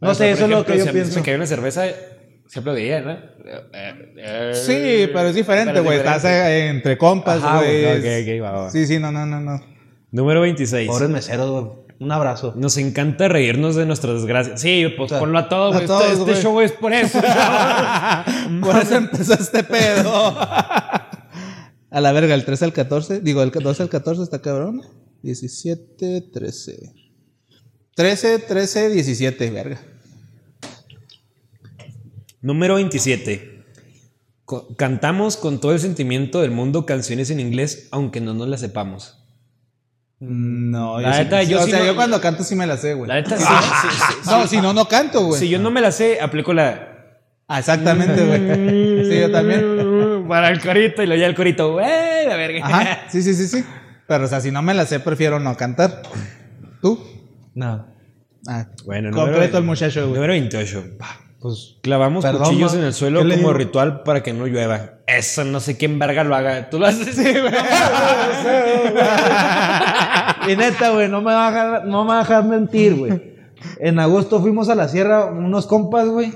[SPEAKER 2] No
[SPEAKER 1] Bueno,
[SPEAKER 2] sé,
[SPEAKER 1] pero,
[SPEAKER 2] eso
[SPEAKER 1] por
[SPEAKER 2] es lo que
[SPEAKER 1] ejemplo,
[SPEAKER 2] yo
[SPEAKER 1] si a mí se
[SPEAKER 2] pienso.
[SPEAKER 1] me cae una cerveza, se aplaudiría, ¿no? Eh, eh, eh,
[SPEAKER 3] Sí, pero es diferente,
[SPEAKER 1] pero
[SPEAKER 3] güey. Estás eh, entre compas,
[SPEAKER 2] Ajá,
[SPEAKER 3] güey.
[SPEAKER 5] güey.
[SPEAKER 3] Es-
[SPEAKER 5] Ok, ok, va, va, va.
[SPEAKER 3] Sí, sí, no, no, no, no.
[SPEAKER 5] Número 26.
[SPEAKER 2] Pobres meseros, güey. Un abrazo.
[SPEAKER 5] Nos encanta reírnos de nuestras desgracias. Sí, pues ponlo a todo,
[SPEAKER 3] a
[SPEAKER 5] güey. Este-
[SPEAKER 3] todos,
[SPEAKER 5] este
[SPEAKER 3] güey.
[SPEAKER 5] show es por eso.
[SPEAKER 3] Por eso empezó este pedo. A la verga, el 13 al 14. Digo, el 12 al 14 está cabrón. 17, 13. 13, 13, 17, verga.
[SPEAKER 5] Número 27. Co- Cantamos con todo el sentimiento del mundo canciones en inglés, aunque no nos las sepamos.
[SPEAKER 3] No,
[SPEAKER 5] La
[SPEAKER 3] sí-
[SPEAKER 5] neta, yo
[SPEAKER 3] O
[SPEAKER 5] sí
[SPEAKER 3] sea,
[SPEAKER 5] no-
[SPEAKER 3] yo cuando canto sí me la sé, güey.
[SPEAKER 5] La neta, sí, sí, sí, sí.
[SPEAKER 3] No, si no, no canto, Ah, güey.
[SPEAKER 5] Si yo no me la sé, aplico la.
[SPEAKER 3] Ah, Exactamente, güey. Sí, yo también.
[SPEAKER 5] Para el corito y lo ya el corito. ¡Eh, la verga!
[SPEAKER 3] Ajá, sí, sí, sí, sí. Pero, o sea, si no me la sé, prefiero no cantar. ¿Tú?
[SPEAKER 2] No.
[SPEAKER 3] Ah,
[SPEAKER 5] Bueno,
[SPEAKER 3] completo el muchacho, güey.
[SPEAKER 5] Número 28. Pa.
[SPEAKER 2] Pues.
[SPEAKER 5] Clavamos
[SPEAKER 2] Perdón,
[SPEAKER 5] cuchillos
[SPEAKER 2] ma.
[SPEAKER 5] en el suelo
[SPEAKER 2] ¿Qué le
[SPEAKER 5] como
[SPEAKER 2] digo?
[SPEAKER 5] ritual para que no llueva. Eso no sé quién verga lo haga. Tú lo haces.
[SPEAKER 2] Y neta, güey, no me va a dejar, no me va a dejar mentir, güey. En agosto fuimos a la sierra unos compas, güey.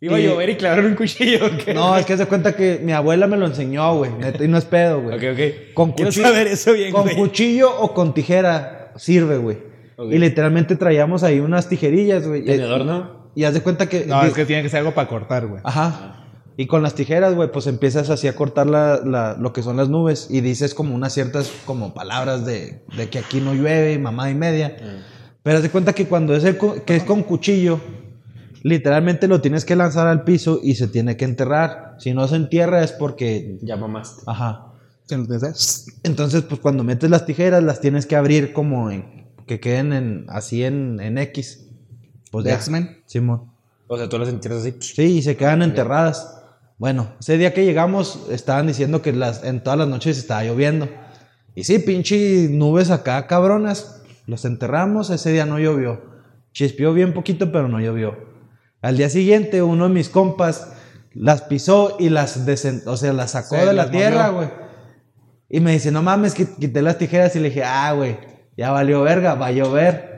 [SPEAKER 1] Iba a
[SPEAKER 2] Y-
[SPEAKER 1] llover y clavaron un cuchillo. ¿o qué?
[SPEAKER 2] No, es que se cuenta que mi abuela me lo enseñó, güey. Neta, y no es pedo, güey.
[SPEAKER 1] Ok, ok.
[SPEAKER 2] Con
[SPEAKER 5] Quiero
[SPEAKER 2] cuchillo,
[SPEAKER 5] saber eso bien,
[SPEAKER 2] con
[SPEAKER 5] güey.
[SPEAKER 2] cuchillo o con tijera sirve, güey.
[SPEAKER 1] Ok.
[SPEAKER 2] Y literalmente traíamos ahí unas tijerillas, güey. Y,
[SPEAKER 1] Tenedor, ¿no?
[SPEAKER 2] y haz de cuenta que...
[SPEAKER 3] No, es que tiene que ser algo para cortar, güey.
[SPEAKER 2] Ajá. Y con las tijeras, güey, pues empiezas así a cortar la, la- lo que son las nubes y dices como unas ciertas como palabras de, de que aquí no llueve, mamá y media.
[SPEAKER 1] eh,
[SPEAKER 2] Pero haz de cuenta que cuando es, el cu- que es con cuchillo, literalmente lo tienes que lanzar al piso y se tiene que enterrar. Si no se entierra es porque...
[SPEAKER 1] Ya mamaste.
[SPEAKER 2] Ajá.
[SPEAKER 3] Si no te sabes.
[SPEAKER 2] Entonces, pues cuando metes las tijeras, las tienes que abrir como en- que queden en, así en, en X. Pues
[SPEAKER 3] ¿De
[SPEAKER 2] ya.
[SPEAKER 3] X-Men?
[SPEAKER 2] Simón.
[SPEAKER 5] O sea, tú las entierras así.
[SPEAKER 2] Sí, y se quedan enterradas. Bueno, ese día que llegamos estaban diciendo que las, en todas las noches estaba lloviendo. Y sí, pinche nubes acá, cabronas. Los enterramos, ese día no llovió. Chispió bien poquito, pero no llovió. Al día siguiente, uno de mis compas las pisó y las, desen- o sea, las sacó
[SPEAKER 3] Sí,
[SPEAKER 2] de la
[SPEAKER 3] las
[SPEAKER 2] tierra,
[SPEAKER 3] movió.
[SPEAKER 2] güey. Y me dice, no mames, qui- quité las tijeras y le dije, ah, güey, ya valió verga, va a llover.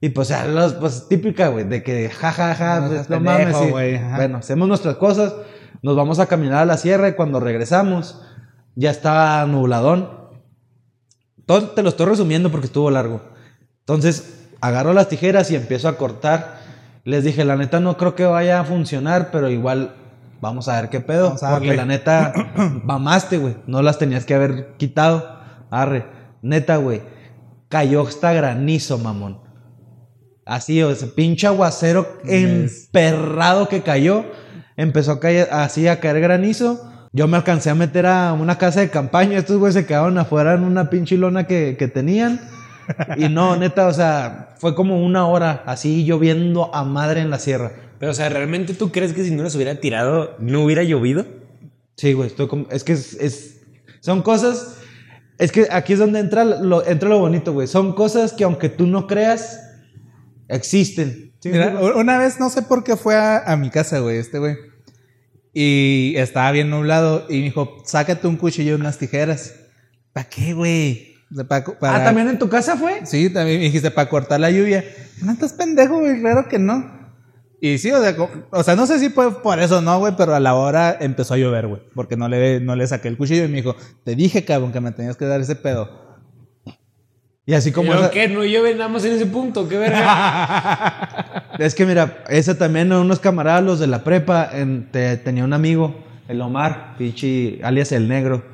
[SPEAKER 2] Y pues, a los, pues típica, güey, de que ja, ja, ja,
[SPEAKER 3] No
[SPEAKER 2] pues,
[SPEAKER 3] seas
[SPEAKER 2] no
[SPEAKER 3] pendejo,
[SPEAKER 2] mames. sí.
[SPEAKER 3] güey, ajá.
[SPEAKER 2] Bueno, hacemos nuestras cosas, nos vamos a caminar a la sierra y cuando regresamos ya estaba nubladón. Todo- te lo estoy resumiendo porque estuvo largo. Entonces, agarro las tijeras y empiezo a cortar. Les dije, la neta no creo que vaya a funcionar, pero igual vamos a ver qué pedo.
[SPEAKER 3] Vamos a
[SPEAKER 2] porque
[SPEAKER 3] darle.
[SPEAKER 2] la neta, mamaste, güey. No las tenías que haber quitado. Arre, neta, güey. Cayó hasta granizo, mamón. Así, o sea, pinche aguacero emperrado que cayó. Empezó a caer, así a caer granizo. Yo me alcancé a meter a una casa de campaña. Estos güeyes se quedaron afuera en una pinche lona que, que tenían. Y no, neta, o sea, fue como una hora así lloviendo a madre en la sierra.
[SPEAKER 1] Pero, o sea, ¿realmente tú crees que si no las hubiera tirado, no hubiera llovido?
[SPEAKER 2] Sí, güey, estoy como- es que es, es- son cosas, es que aquí es donde entra lo, entra lo bonito, güey. Son cosas que aunque tú no creas, existen. ¿Sí me
[SPEAKER 3] Mira,
[SPEAKER 2] explico?
[SPEAKER 3] u- una vez no sé por qué fue a, a mi casa, güey, este güey. Y estaba bien nublado y me dijo, sácate un cuchillo y unas tijeras. ¿Para qué, güey? O sea, pa- para-
[SPEAKER 2] Ah, ¿también en tu casa fue?
[SPEAKER 3] Sí, también me dijiste, para cortar la lluvia. No estás pendejo, güey, claro que no. Y sí, o sea, co- o sea, no sé si fue por eso no, güey, pero a la hora empezó a llover, güey. Porque no le, no le saqué el cuchillo y me dijo, te dije, cabrón, que me tenías que dar ese pedo.
[SPEAKER 2] Y así como...
[SPEAKER 6] Pero
[SPEAKER 2] esa-
[SPEAKER 6] que no llueve nada más en ese punto, qué verga.
[SPEAKER 2] Es que mira, esa también, unos camaradas, los de la prepa, en- te- tenía un amigo, el Omar, pichi, alias el negro.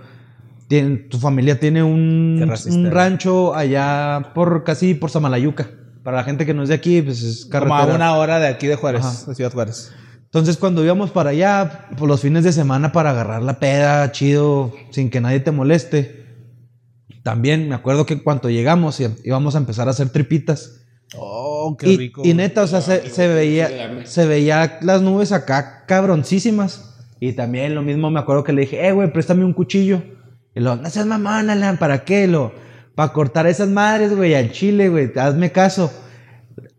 [SPEAKER 2] Tien- tu familia tiene un,
[SPEAKER 1] Qué racista,
[SPEAKER 2] un
[SPEAKER 1] eh.
[SPEAKER 2] rancho allá por casi por Samalayuca. Para la gente que no es de aquí, pues es
[SPEAKER 3] Como
[SPEAKER 2] carretera.
[SPEAKER 3] a una hora de aquí de Juárez,
[SPEAKER 2] Ajá.
[SPEAKER 3] de Ciudad Juárez.
[SPEAKER 2] Entonces cuando íbamos para allá, por los fines de semana para agarrar la peda, chido, sin que nadie te moleste. También me acuerdo que cuando llegamos y- íbamos a empezar a hacer tripitas.
[SPEAKER 3] Oh,
[SPEAKER 2] y, y neta, o sea, se, se
[SPEAKER 6] de
[SPEAKER 2] veía,
[SPEAKER 6] hambre.
[SPEAKER 2] se veía las nubes acá cabroncísimas. Y también lo mismo me acuerdo que le dije, eh, güey, préstame un cuchillo. Y lo, no seas mamón, Alan, ¿para qué? Lo, para cortar esas madres, güey, al chile, güey, hazme caso.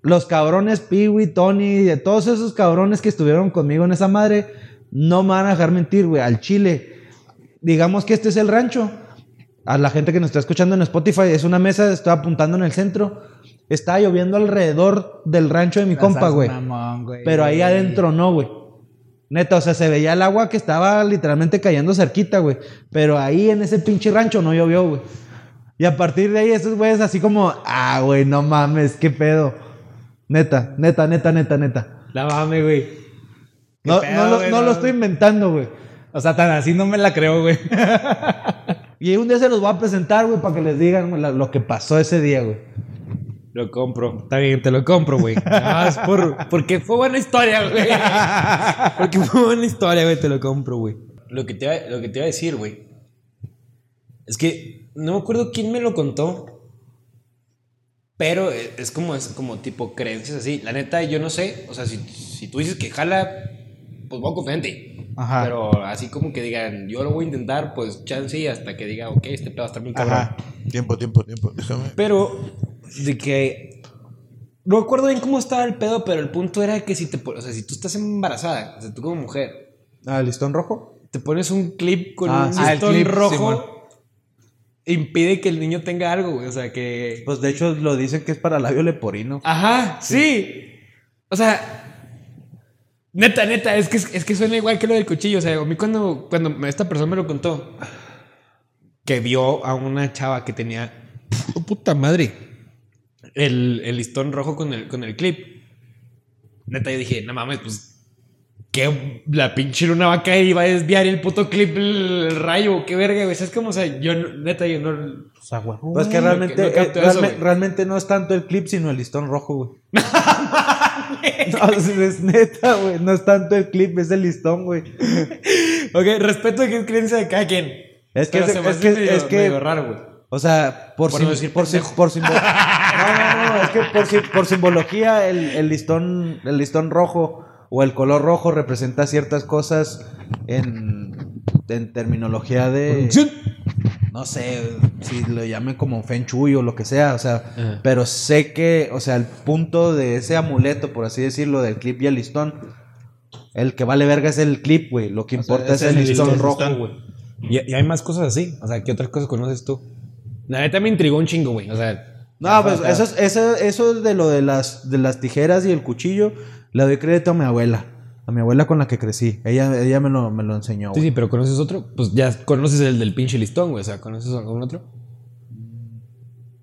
[SPEAKER 2] Los cabrones, Piwi, Tony, de todos esos cabrones que estuvieron conmigo en esa madre, no me van a dejar mentir, güey, al chile. Digamos que este es el rancho. A la gente que nos está escuchando en Spotify, es una mesa, estoy apuntando en el centro. Estaba lloviendo alrededor del rancho de mi compa, güey. Pero ahí adentro no, güey. Neta, o sea, se veía el agua que estaba literalmente cayendo cerquita, güey. Pero ahí en ese pinche rancho no llovió, güey. Y a partir de ahí, esos güeyes así como, ah, güey, no mames, qué pedo. Neta, neta, neta, neta, neta.
[SPEAKER 3] La mame, güey. Qué
[SPEAKER 2] No,
[SPEAKER 3] pedo,
[SPEAKER 2] no lo-
[SPEAKER 3] güey,
[SPEAKER 2] no
[SPEAKER 3] no.
[SPEAKER 2] lo estoy inventando, güey.
[SPEAKER 3] O sea, tan así no me la creo, güey.
[SPEAKER 2] Y un día se los voy a presentar, güey, para que les digan güey, la- lo que pasó ese día, güey.
[SPEAKER 1] Lo compro. Está bien, te lo compro, güey. Nada más por, porque fue buena historia, güey. Porque fue buena historia, güey, te lo compro, güey. Lo que te, iba- lo que te iba a decir, güey. Es que no me acuerdo quién me lo contó. Pero e- es como, es como tipo creencias así. La neta, yo no sé. O sea, si, si tú dices que jala, pues voy a confiar en ti.
[SPEAKER 3] Ajá.
[SPEAKER 1] Pero así como que digan, yo lo voy a intentar, pues chance y hasta que diga, ok, este pedo va a estar muy cabrón.
[SPEAKER 3] Ajá.
[SPEAKER 7] Tiempo, tiempo, tiempo. Déjame.
[SPEAKER 1] Pero de que no recuerdo bien cómo estaba el pedo, pero el punto era que si te, pon- o sea, si tú estás embarazada, o sea, tú como mujer,
[SPEAKER 2] Ah, listón rojo.
[SPEAKER 1] te pones un clip con
[SPEAKER 2] Ah,
[SPEAKER 1] un
[SPEAKER 2] sí. Ah, el
[SPEAKER 1] listón
[SPEAKER 3] clip, Simón.
[SPEAKER 1] rojo impide que el niño tenga algo, güey, o sea, que
[SPEAKER 2] Pues de hecho lo dicen que es para labio leporino.
[SPEAKER 1] ajá, sí. O sea, neta, neta, es que es que suena igual que lo del cuchillo, o sea, a mí cuando cuando me- esta persona me lo contó que vio a una chava que tenía puta madre. el, el listón rojo con el, con el clip. Neta, yo dije, no mames, pues que la pinche luna va a caer y va a desviar el puto clip el rayo, qué verga, güey. Es como, o sea, yo, no- neta, yo no.
[SPEAKER 2] Pues que realmente,
[SPEAKER 1] no
[SPEAKER 2] eh,
[SPEAKER 1] capto
[SPEAKER 2] realme-
[SPEAKER 1] eso, güey.
[SPEAKER 2] realmente no es tanto el clip, sino el listón rojo, güey. no, es, es neta, güey. No es tanto el clip, es el listón, güey.
[SPEAKER 1] Ok, respeto que es creencia de cada quien.
[SPEAKER 2] Es que
[SPEAKER 1] Pero
[SPEAKER 2] es-
[SPEAKER 1] se me
[SPEAKER 2] es
[SPEAKER 1] hace
[SPEAKER 2] que-
[SPEAKER 1] medio-
[SPEAKER 2] es que-
[SPEAKER 1] medio raro, güey.
[SPEAKER 2] O sea, por,
[SPEAKER 1] Por
[SPEAKER 2] sim-
[SPEAKER 1] no decir
[SPEAKER 2] por, sim-
[SPEAKER 1] pendejo.
[SPEAKER 2] por simbo- no, no, no, es que por, sim- por simbología el, el listón, el listón rojo o el color rojo representa ciertas cosas en, en terminología de. No sé si lo llame como Feng Shui o lo que sea, o sea, pero sé que, o sea, el punto de ese amuleto, por así decirlo, del clip y el listón, el que vale verga es el clip, güey. Lo que
[SPEAKER 3] sea,
[SPEAKER 2] importa
[SPEAKER 3] es
[SPEAKER 2] es, el,
[SPEAKER 3] el
[SPEAKER 2] listón,
[SPEAKER 3] listón.
[SPEAKER 2] rojo, güey.
[SPEAKER 1] Y, y hay más cosas así. O sea, ¿qué otras cosas conoces tú? La neta me intrigó un chingo, güey. O sea,
[SPEAKER 2] No, pues eso, es- eso, eso de lo de las, de las tijeras y el cuchillo, le doy crédito a mi abuela. A mi abuela con la que crecí. Ella, ella me, lo, me lo enseñó.
[SPEAKER 1] sí,
[SPEAKER 2] güey.
[SPEAKER 1] sí, pero conoces otro. Pues ya conoces el del pinche listón, güey. O sea, ¿conoces algún otro?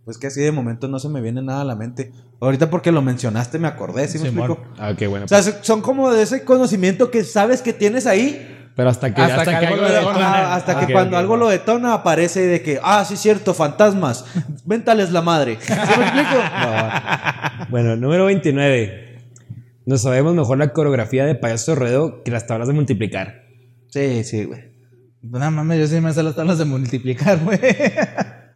[SPEAKER 2] Pues que así de momento no se me viene nada a la mente. Ahorita porque lo mencionaste me acordé, ¿sí me
[SPEAKER 3] Simón.
[SPEAKER 2] explico?
[SPEAKER 1] Ah, qué bueno.
[SPEAKER 2] O sea, se- son como de ese conocimiento que sabes que tienes ahí.
[SPEAKER 1] pero hasta que.
[SPEAKER 2] Hasta, que, algo lo detona, hasta que
[SPEAKER 1] Ah, Ok,
[SPEAKER 2] cuando
[SPEAKER 1] ok.
[SPEAKER 2] algo lo detona aparece de que, ah, sí, cierto, fantasmas, véntales la madre. ¿Sí me explico?
[SPEAKER 1] Bueno, número 29. Nos sabemos mejor la coreografía de Payaso Redo que las tablas de multiplicar.
[SPEAKER 2] Sí, sí, güey.
[SPEAKER 3] No mames, yo sí me sé las tablas de multiplicar, güey.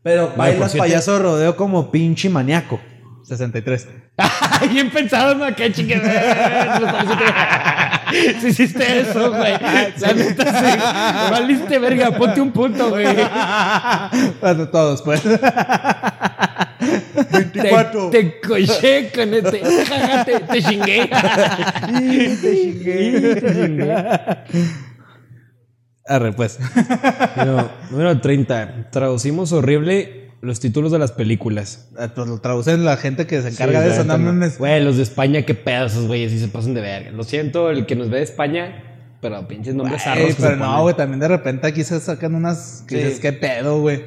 [SPEAKER 3] Pues,
[SPEAKER 2] Pero bailas
[SPEAKER 1] siete.
[SPEAKER 2] payaso rodeo como pinche maníaco.
[SPEAKER 3] 63.
[SPEAKER 8] Bien pensado, ¿no? Qué chingue- Si hiciste eso, güey. La neta, sí. Valiste verga, ponte un punto, güey.
[SPEAKER 3] Bueno, todos, pues.
[SPEAKER 8] Te, te coché con este. Jaja, te, te chingué.
[SPEAKER 3] Arre, pues.
[SPEAKER 1] Número, número 30. Traducimos horrible los títulos de las películas.
[SPEAKER 3] Ah, Pues lo traducen la gente que se encarga
[SPEAKER 1] Sí,
[SPEAKER 3] de eso,
[SPEAKER 1] la
[SPEAKER 3] no
[SPEAKER 1] neta, no.
[SPEAKER 3] mames.
[SPEAKER 9] Güey, los de España, qué pedazos, güey. Así se pasan de verga. Lo siento, el que nos ve de España, pero pinches nombres
[SPEAKER 3] Ey,
[SPEAKER 9] zarros. que
[SPEAKER 3] pero
[SPEAKER 9] se
[SPEAKER 3] no,
[SPEAKER 9] ponen.
[SPEAKER 3] güey, también de repente aquí se sacan unas que
[SPEAKER 2] Sí.
[SPEAKER 3] dices, qué pedo, güey.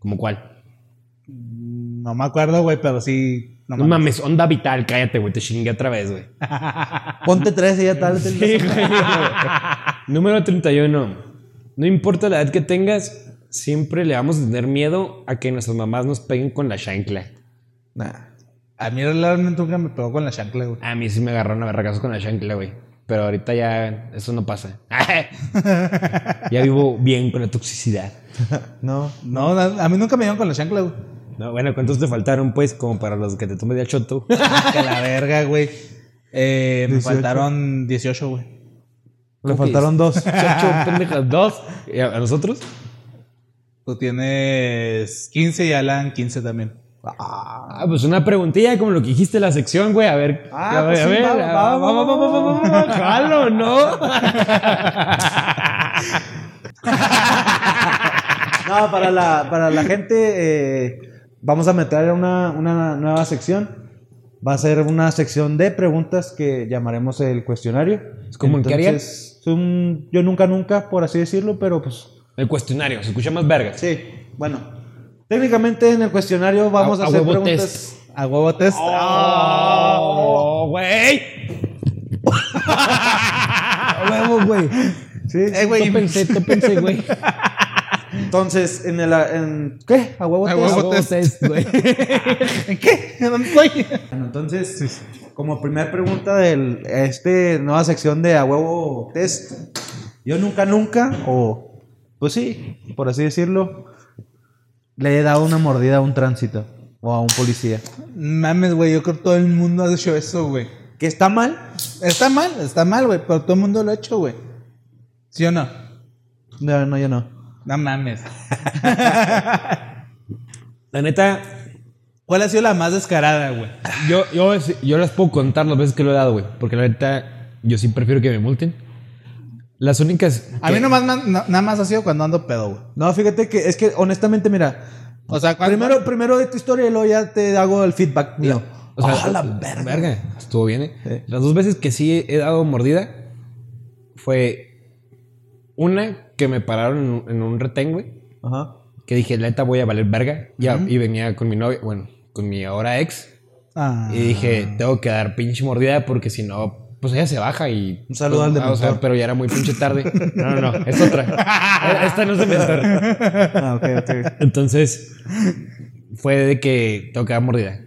[SPEAKER 9] ¿Como cuál?
[SPEAKER 3] No me acuerdo, güey, pero sí.
[SPEAKER 9] No mames, onda vital, cállate, güey. Te chingué otra vez, güey.
[SPEAKER 2] Ponte tres y ya tal.
[SPEAKER 1] Número 31. No importa la edad que tengas, siempre le vamos a tener miedo a que nuestras mamás nos peguen con la chancla.
[SPEAKER 2] Nah.
[SPEAKER 3] A mí realmente nunca me pegó con la chancla, güey.
[SPEAKER 1] A mí sí me agarraron a vergazos con la chancla, güey. Pero ahorita ya eso no pasa. ya vivo bien con la toxicidad.
[SPEAKER 2] No.
[SPEAKER 3] No, na- a mí nunca me dieron con la chancla, güey.
[SPEAKER 1] No, bueno, ¿cuántos te faltaron, pues? Como para los que te tomes de choto.
[SPEAKER 3] Ah, Que la verga, güey. Eh, me faltaron 18, güey.
[SPEAKER 2] Le faltaron dos.
[SPEAKER 1] Chocho, pendejas, dos. ¿Y ¿A a nosotros?
[SPEAKER 3] Tú tienes 15 y Alan 15 también.
[SPEAKER 1] Ah, pues una preguntilla como lo que dijiste en la sección, güey. A ver.
[SPEAKER 2] Ah,
[SPEAKER 1] a ver,
[SPEAKER 2] pues
[SPEAKER 1] a
[SPEAKER 2] sí,
[SPEAKER 1] ver.
[SPEAKER 2] va,
[SPEAKER 1] a-
[SPEAKER 2] va,
[SPEAKER 1] va,
[SPEAKER 2] va,
[SPEAKER 1] va,
[SPEAKER 2] va,
[SPEAKER 1] va, va, va, va, Jalo, ¿no?
[SPEAKER 2] No, para la, para la gente, eh, vamos a meter una, una nueva sección. Va a ser una sección de preguntas que llamaremos el cuestionario. Es
[SPEAKER 1] como en qué haría.
[SPEAKER 2] es un yo nunca, nunca, por así decirlo, pero pues
[SPEAKER 1] El cuestionario, se escucha más vergas.
[SPEAKER 2] sí, bueno. Técnicamente en el cuestionario vamos a,
[SPEAKER 9] A- a
[SPEAKER 2] hacer
[SPEAKER 9] huevo
[SPEAKER 2] preguntas.
[SPEAKER 9] test.
[SPEAKER 3] A huevo test.
[SPEAKER 1] ¡Oh, güey!
[SPEAKER 2] A huevo, güey. Sí.
[SPEAKER 3] Eh, güey.
[SPEAKER 9] Yo pensé, yo pensé, güey.
[SPEAKER 2] Entonces, en el en- ¿qué? A huevo
[SPEAKER 3] A
[SPEAKER 2] test.
[SPEAKER 3] huevo
[SPEAKER 2] A huevo
[SPEAKER 3] test.
[SPEAKER 9] Entonces, güey.
[SPEAKER 3] ¿En qué? ¿Dónde estoy?
[SPEAKER 2] Bueno, entonces, como primer pregunta de esta nueva sección de a huevo test, yo nunca, nunca, o pues sí, por así decirlo, le he dado una mordida a un tránsito o a un policía.
[SPEAKER 3] Mames, güey, yo creo que todo el mundo ha hecho eso, güey.
[SPEAKER 2] ¿Que está mal?
[SPEAKER 3] Está mal, está mal, güey, pero todo el mundo lo ha hecho, güey. ¿Sí o no?
[SPEAKER 2] No, no, yo no.
[SPEAKER 3] No mames.
[SPEAKER 1] La neta,
[SPEAKER 3] ¿Cuál ha sido la más descarada, güey?
[SPEAKER 1] yo, yo, yo las puedo contar las veces que lo he dado, güey. Porque la neta, yo sí prefiero que me multen. Las únicas.
[SPEAKER 3] A mí nomás, na- na- nada más ha sido cuando ando pedo, güey.
[SPEAKER 2] No, fíjate que es que honestamente, mira,
[SPEAKER 3] O sea, cuando...
[SPEAKER 2] primero, primero de tu historia y luego ya te hago el feedback mío.
[SPEAKER 1] O sea,
[SPEAKER 2] ¡Ah, la verga!
[SPEAKER 1] Estuvo bien, ¿eh?
[SPEAKER 2] Sí.
[SPEAKER 1] Las dos veces que sí he dado mordida fue una que me pararon en un- en un retén, güey.
[SPEAKER 2] Ajá.
[SPEAKER 1] Que dije, la neta voy a valer verga. Ya, Y venía con mi novia, bueno, con mi ahora ex.
[SPEAKER 3] Ah.
[SPEAKER 1] Y dije, tengo que dar pinche mordida porque si no, pues ella se baja y.
[SPEAKER 2] Un saludo al de
[SPEAKER 1] Ah, o sea,
[SPEAKER 2] mentor.
[SPEAKER 1] pero ya era muy pinche tarde. No, no, no, es otra. Eh, Esta no es de mentor.
[SPEAKER 2] Ah, ok, ok.
[SPEAKER 1] Entonces, fue de que tengo que dar mordida.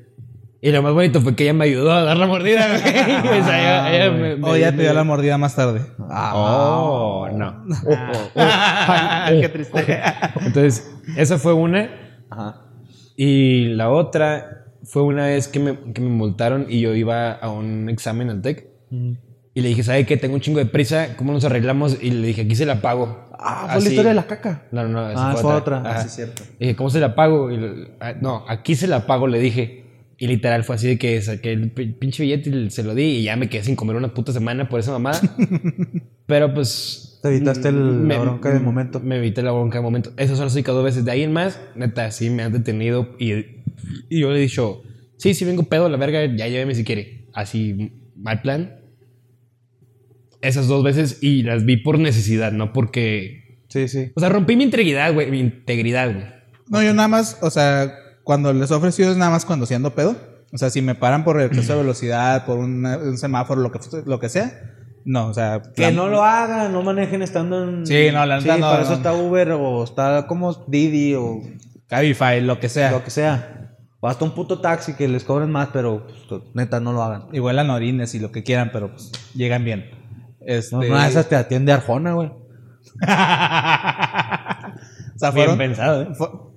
[SPEAKER 1] Y lo más bonito fue que ella me ayudó a dar la mordida, güey. O sea, ella-
[SPEAKER 2] Ah,
[SPEAKER 1] ella me- me-
[SPEAKER 3] O Oh, ya te dio
[SPEAKER 1] me-
[SPEAKER 3] la mordida más tarde.
[SPEAKER 1] Oh, no.
[SPEAKER 3] Qué triste.
[SPEAKER 1] Ah. Entonces, esa fue una.
[SPEAKER 2] Ajá.
[SPEAKER 1] Y la
[SPEAKER 2] Mm.
[SPEAKER 1] otra fue una vez que me, que me multaron y yo iba a un examen al TEC. Y le dije, ¿sabe qué? Tengo un chingo de prisa, ¿cómo nos arreglamos? Y le dije, aquí se la pago.
[SPEAKER 2] Ah, fue la historia de la caca.
[SPEAKER 1] No, no, no. esa
[SPEAKER 2] Ah, fue otra.
[SPEAKER 1] Ajá.
[SPEAKER 2] Sí, es cierto.
[SPEAKER 1] Le dije, ¿cómo se la pago? Y lo- ah, no, aquí se la pago, le dije. Y literal fue así de que saqué el pi- pinche billete y se lo di y ya me quedé sin comer una puta semana por esa mamada. Pero pues...
[SPEAKER 2] Te evitaste el-
[SPEAKER 1] me-
[SPEAKER 2] la bronca de momento.
[SPEAKER 1] Me evité la bronca de momento. Eso solo soy cada dos veces. De ahí en más, neta, sí me han detenido y, y yo le he dicho, sí, sí vengo pedo, la verga, ya lléveme si quiere. Así, mal plan. Esas dos veces y las vi por necesidad, no porque...
[SPEAKER 2] Sí, sí.
[SPEAKER 1] O sea, rompí mi integridad, güey. Mi integridad, güey.
[SPEAKER 3] No, yo nada más, o sea, cuando les he ofrecido es nada más cuando siendo pedo. O sea, si me paran por exceso de velocidad, por una- un semáforo, lo que, fu- lo que sea. No, o sea.
[SPEAKER 2] Que
[SPEAKER 3] la-
[SPEAKER 2] no lo hagan, no manejen estando en.
[SPEAKER 3] Sí, no, la neta
[SPEAKER 2] Sí,
[SPEAKER 3] no,
[SPEAKER 2] para
[SPEAKER 3] no,
[SPEAKER 2] eso
[SPEAKER 3] no.
[SPEAKER 2] está Uber o está como Didi o
[SPEAKER 3] Cabify, lo que sea.
[SPEAKER 2] lo que sea. O hasta un puto taxi que les cobren más, pero pues, neta, no lo hagan.
[SPEAKER 3] Igual a orines y lo que quieran, pero pues llegan bien. Este,
[SPEAKER 2] No, no, a esas te atiende Arjona, güey.
[SPEAKER 3] o sea,
[SPEAKER 1] Bien
[SPEAKER 3] fueron-
[SPEAKER 1] pensado, ¿eh?
[SPEAKER 3] fu-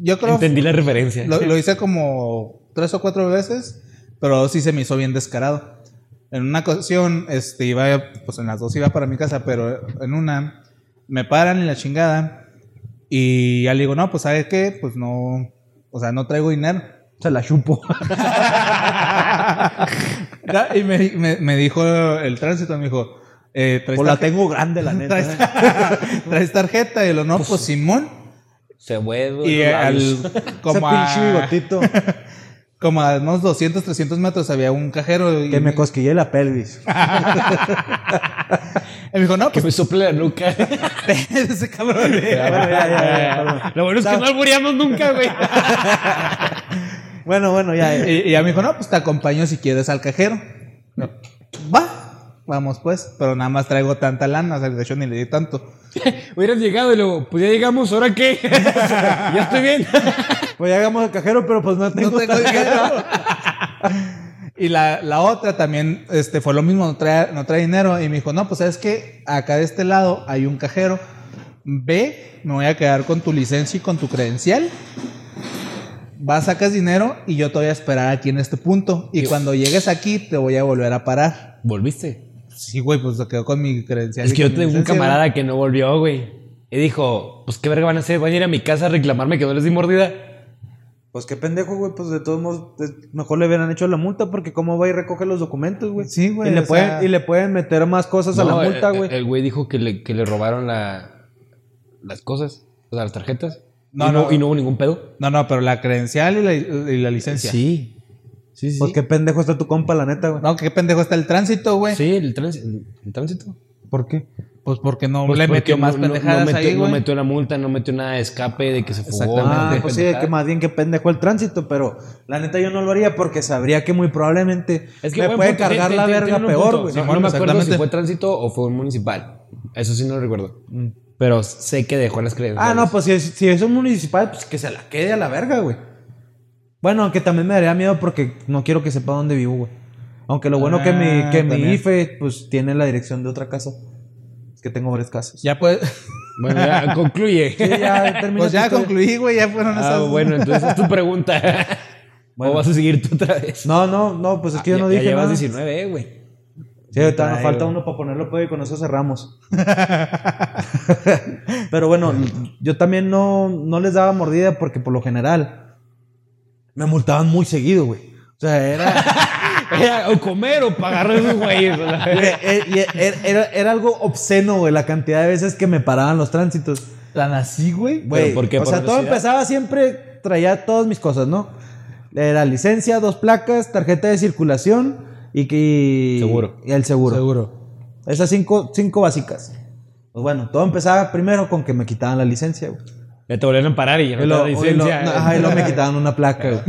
[SPEAKER 3] yo creo
[SPEAKER 1] Entendí la referencia.
[SPEAKER 3] Lo, lo hice como tres o cuatro veces, pero sí se me hizo bien descarado. En una ocasión, este, iba, pues en las dos iba para mi casa, pero en una me paran en la chingada y ya le digo, no, pues ¿sabes qué? Pues no, o sea, no traigo dinero.
[SPEAKER 2] Se la chupo.
[SPEAKER 3] Ya, y me, me- me dijo el tránsito, me dijo, eh, ¿traes,
[SPEAKER 2] o la
[SPEAKER 3] tarje-
[SPEAKER 2] tengo grande, la neta.
[SPEAKER 3] traes-
[SPEAKER 2] ¿eh?
[SPEAKER 3] traes tarjeta? Y lo no, pues Simón.
[SPEAKER 1] Se vuelve.
[SPEAKER 3] Y al, como,
[SPEAKER 2] Ese pinche
[SPEAKER 3] a,
[SPEAKER 2] bigotito
[SPEAKER 3] como a unos 200, 300 metros había un cajero. Y
[SPEAKER 2] que me cosquillé la pelvis.
[SPEAKER 3] y me dijo, no,
[SPEAKER 1] Que
[SPEAKER 3] pues
[SPEAKER 1] me sople la nuca.
[SPEAKER 3] ese cabrón.
[SPEAKER 2] Bueno, ya, ya, ya, perdón.
[SPEAKER 1] Lo bueno es que no albureamos nunca, güey.
[SPEAKER 2] Bueno, bueno, ya. eh. ya.
[SPEAKER 3] Y, y ya me dijo, no, pues te acompaño si quieres al cajero. No. Va, vamos pues, pero nada más traigo tanta lana, o sea, de hecho ni le di tanto.
[SPEAKER 1] Hubieras llegado y luego, pues ya llegamos, ¿ahora qué? ya estoy bien.
[SPEAKER 2] Pues ya hagamos el cajero, pero pues no tengo.
[SPEAKER 3] No tengo dinero. Y la, la otra también este, fue lo mismo, no trae, no trae dinero. Y me dijo, no, pues sabes que acá de este lado hay un cajero. Ve, me voy a quedar con tu licencia y con tu credencial. Vas, sacas dinero y yo te voy a esperar aquí en este punto. Y cuando llegues aquí te voy a volver a parar.
[SPEAKER 1] ¿Volviste?
[SPEAKER 3] Sí, güey, pues se quedó con mi credencial.
[SPEAKER 1] Es
[SPEAKER 3] y
[SPEAKER 1] que
[SPEAKER 3] con
[SPEAKER 1] yo
[SPEAKER 3] mi
[SPEAKER 1] tengo un
[SPEAKER 3] licencia, güey.
[SPEAKER 1] camarada que no volvió, güey. Y dijo, pues qué verga van a hacer, van a ir a mi casa a reclamarme que no les di mordida.
[SPEAKER 2] Pues qué pendejo, güey. Pues de todos modos, de- mejor le hubieran hecho la multa porque cómo va y recoge los documentos, güey.
[SPEAKER 3] Sí, güey,
[SPEAKER 2] Y, le
[SPEAKER 3] o
[SPEAKER 2] pueden-
[SPEAKER 3] sea-
[SPEAKER 2] y le pueden meter más cosas a
[SPEAKER 1] No, eh,
[SPEAKER 2] la multa,
[SPEAKER 1] el-
[SPEAKER 2] güey.
[SPEAKER 1] El güey dijo que le, que le robaron la, las cosas, o sea, las tarjetas.
[SPEAKER 3] No,
[SPEAKER 1] y no,
[SPEAKER 3] no.
[SPEAKER 1] Y no hubo ningún pedo.
[SPEAKER 3] No, no, pero la credencial y la, y la licencia.
[SPEAKER 1] Sí. Sí, sí.
[SPEAKER 2] Pues qué pendejo está tu compa, la neta, güey.
[SPEAKER 3] No, qué pendejo está el tránsito, güey.
[SPEAKER 1] Sí, el, trans- el tránsito.
[SPEAKER 2] ¿Por qué?
[SPEAKER 3] Pues porque no
[SPEAKER 1] Pues
[SPEAKER 3] le
[SPEAKER 1] porque
[SPEAKER 3] metió
[SPEAKER 1] no-
[SPEAKER 3] más
[SPEAKER 1] no- no
[SPEAKER 3] pendejadas
[SPEAKER 1] metió-
[SPEAKER 3] ahí,
[SPEAKER 1] No
[SPEAKER 3] güey.
[SPEAKER 1] metió la multa, no metió nada de escape de que se fugó.
[SPEAKER 2] Ah,
[SPEAKER 1] no
[SPEAKER 2] pues sí,
[SPEAKER 1] metió
[SPEAKER 2] que más bien que pendejo el tránsito, pero la neta yo no lo haría porque sabría que muy probablemente
[SPEAKER 1] Es que
[SPEAKER 2] me
[SPEAKER 1] buen
[SPEAKER 2] puede
[SPEAKER 1] punto,
[SPEAKER 2] cargar
[SPEAKER 1] te-
[SPEAKER 2] la
[SPEAKER 1] te- te-
[SPEAKER 2] verga
[SPEAKER 1] tiene un
[SPEAKER 2] peor,
[SPEAKER 1] punto.
[SPEAKER 2] güey.
[SPEAKER 1] No,
[SPEAKER 3] Simón,
[SPEAKER 1] no me acuerdo si
[SPEAKER 3] exactamente.
[SPEAKER 1] fue tránsito o fue un municipal. Eso sí no lo recuerdo.
[SPEAKER 2] Mm.
[SPEAKER 1] Pero sé que dejó las creencias.
[SPEAKER 2] Ah, no, pues si es, si es un municipal, pues que se la quede a la verga, güey. Bueno, aunque también me daría miedo porque no quiero que sepa dónde vivo, güey. Aunque lo bueno que mi,
[SPEAKER 3] Ah,
[SPEAKER 2] que mi
[SPEAKER 3] también.
[SPEAKER 2] IFE, pues tiene la dirección de otra casa. Es que tengo varias casas.
[SPEAKER 3] Ya pues,
[SPEAKER 1] Bueno, ya concluye.
[SPEAKER 2] Sí, ya termina
[SPEAKER 3] pues
[SPEAKER 2] tu
[SPEAKER 3] ya
[SPEAKER 2] historia.
[SPEAKER 3] concluí, güey, ya fueron
[SPEAKER 1] ah,
[SPEAKER 3] esas.
[SPEAKER 1] bueno, entonces es tu pregunta.
[SPEAKER 2] Bueno.
[SPEAKER 1] ¿O vas a seguir tú otra vez?
[SPEAKER 2] No, no, no, pues es que yo
[SPEAKER 1] Ya-
[SPEAKER 2] no
[SPEAKER 1] Ah, ya
[SPEAKER 2] dije
[SPEAKER 1] llevas
[SPEAKER 2] nada.
[SPEAKER 1] 19, eh, güey.
[SPEAKER 2] Sí, ahorita nos
[SPEAKER 3] Ay,
[SPEAKER 2] falta
[SPEAKER 3] güey.
[SPEAKER 2] uno para ponerlo pedo y con eso cerramos. Pero bueno, yo también no, no les daba mordida porque por lo general me multaban muy seguido, güey. O sea, era,
[SPEAKER 1] Era o comer o pagar a esos güeyes.
[SPEAKER 2] güey, eh, y era, era- era algo obsceno, güey, la cantidad de veces que me paraban los tránsitos.
[SPEAKER 3] Tan así, güey.
[SPEAKER 2] Güey,
[SPEAKER 1] por qué?
[SPEAKER 2] o
[SPEAKER 1] ¿Por
[SPEAKER 2] sea, todo
[SPEAKER 1] velocidad?
[SPEAKER 2] empezaba siempre, traía todas mis cosas, ¿no? Era licencia, dos placas, tarjeta de circulación y que...
[SPEAKER 1] Seguro.
[SPEAKER 2] Y el seguro. Esas cinco, cinco básicas. Pues bueno, todo empezaba primero con que me quitaban la licencia, güey.
[SPEAKER 1] Ya te volvieron a parar y ya no
[SPEAKER 2] Y
[SPEAKER 1] te
[SPEAKER 2] luego-
[SPEAKER 1] da
[SPEAKER 2] y luego-
[SPEAKER 1] licencia.
[SPEAKER 2] no, ajá, y luego me quitaban una placa, güey.